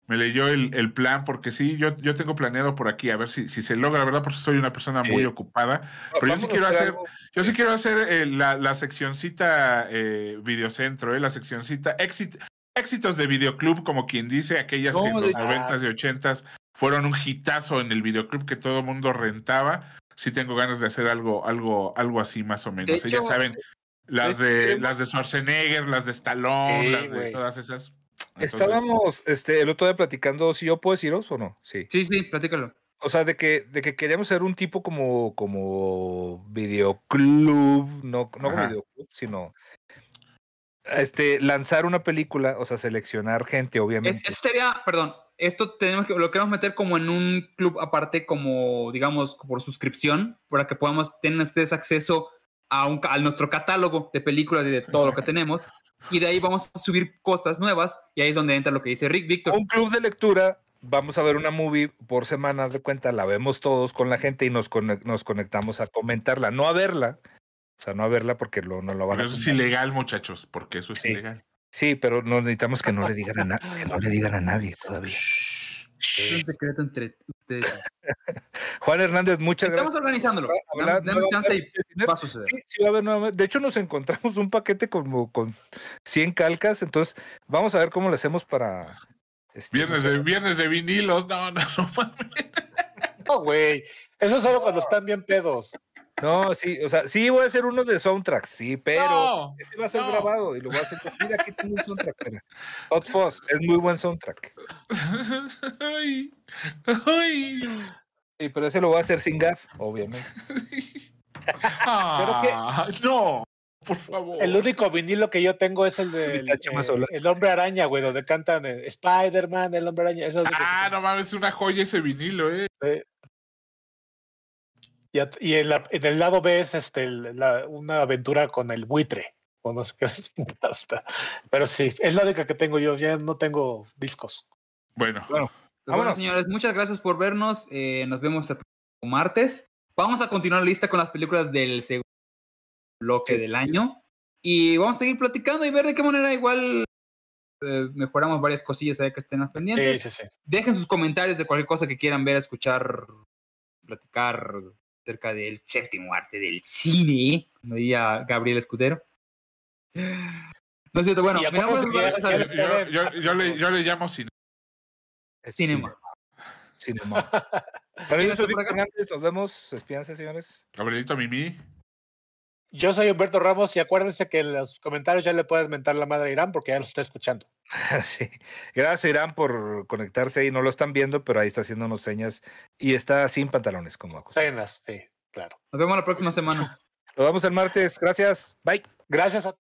A: me leyó el, el plan, porque sí, yo, yo tengo planeado por aquí, a ver si, si se logra, ¿verdad? Porque soy una persona muy
E: Sí.
A: ocupada.
E: cierto.
A: pero yo sí
E: Vamos a
A: quiero hacer-
E: algo.
A: Yo sí quiero hacer eh, la, la seccioncita eh, Videocentro, eh, la seccioncita éxit- éxitos de Videoclub, como quien dice, aquellas que en
E: No,
A: los
E: de-
A: noventas y ochentas fueron un hitazo en el Videoclub que todo mundo rentaba. Sí tengo ganas de hacer algo, algo, algo así más o menos. eh, ya
C: hecho,
A: saben, las
E: de-
A: de,
E: tenemos-
A: las de Schwarzenegger, las de Stallone,
B: Sí,
A: las de
B: güey.
A: todas esas. Entonces,
E: Estábamos este, el otro día platicando si yo puedo deciros o no. Sí.
C: Sí, sí, platícalo.
E: O sea, de que, de que queríamos ser un tipo como, como videoclub, no, no como
A: Ajá.
E: videoclub, sino este, lanzar una película, o sea, seleccionar gente,
C: Es,
E: obviamente.
C: eso sería, perdón, esto tenemos que, lo queremos meter como en un club aparte, como digamos, por suscripción, para que podamos tener ustedes acceso a, un, ca- a nuestro catálogo de películas y de todo lo que tenemos. Y de ahí vamos a subir cosas nuevas y ahí es donde entra lo que dice Rick Víctor.
E: Un club de lectura, vamos a ver una movie por semana, haz de cuenta, la vemos todos con la gente y nos, conec- nos conectamos a comentarla, no a verla. O sea, no a verla porque lo, no lo van
A: Pero
E: a
A: eso es
E: comentar.
A: ilegal, muchachos, porque eso es
E: Sí.
A: ilegal.
E: Sí, pero no necesitamos que no le digan a, na- que no le digan a nadie todavía.
C: Es un secreto entre ustedes.
E: Juan Hernández, muchas
C: Estamos
E: gracias.
C: organizándolo.
E: por
C: Damos
E: hablar.
C: damos
E: No,
C: chance y
E: no,
C: va a suceder.
E: Sí, sí va a haber nuevamente. De hecho, nos encontramos un paquete como con 100 calcas. Entonces, vamos a ver cómo lo hacemos para. este, no
A: Viernes
E: sé,
A: de, viernes de vinilos, no, [laughs] no, no. mames.
B: No, güey. Eso es solo cuando están bien pedos.
E: No, sí, o sea, sí voy a hacer uno de soundtracks, sí, pero.
A: No,
E: ese va a ser
A: no.
E: grabado y lo voy a hacer. con- Mira, aquí tengo un soundtrack. mira. [laughs] Hot Fuzz, es muy buen soundtrack.
A: Ay, ay.
E: Sí, pero ese lo voy a hacer sin GAF, obviamente.
A: Ah, no, por favor.
B: El único vinilo que yo tengo es
A: [laughs]
B: el de el,
E: Tacho Mazola.
B: Hombre Araña, güey, donde cantan eh, Spider-Man, El Hombre Araña. eso es lo que
A: Ah,
B: tengo.
A: no mames, es una joya ese vinilo, eh.
B: Y, at- y en, la- en el lado B es este, el- la- una aventura con el buitre. o no sé qué [laughs] chingados está. Pero sí, es la única que tengo yo. Ya no tengo discos.
A: Bueno,
C: Pues bueno,
E: Vámonos.
C: señores, muchas gracias por vernos. eh, nos vemos el próximo martes. Vamos a continuar la lista con las películas del segundo bloque del año. Y vamos a seguir platicando y ver de qué manera igual eh, mejoramos varias cosillas ahí que estén
B: Sí,
C: pendientes.
B: sí, sí.
C: Dejen sus comentarios de cualquier cosa que quieran ver, escuchar, platicar acerca del séptimo arte del cine, como diría Gabriel Escudero. No es cierto, bueno,
B: Y
C: mi nombre es
B: acuérdense que ya-
A: yo,
B: ya
C: Eduardo
B: le-
A: yo- yo- yo le, yo le llamo sin.
E: Es
C: Cinema. [laughs]
E: Cinema. Para
C: ¿Tienes
E: eso,
C: por acá?
E: Fernández, nos vemos. Espianza, señores. [laughs]
A: Gabrielito Mimi.
B: Yo soy Humberto Ramos y acuérdense que en los comentarios ya le puedes mentar la madre a Irán porque ya lo está escuchando.
E: Sí. Gracias, Irán, por conectarse ahí. No lo están viendo, pero ahí está haciéndonos señas y está sin pantalones, como acostumbra.
B: Cenas, sí, claro.
C: Nos vemos la próxima semana.
E: Nos vemos el martes. Gracias. Bye.
B: Gracias a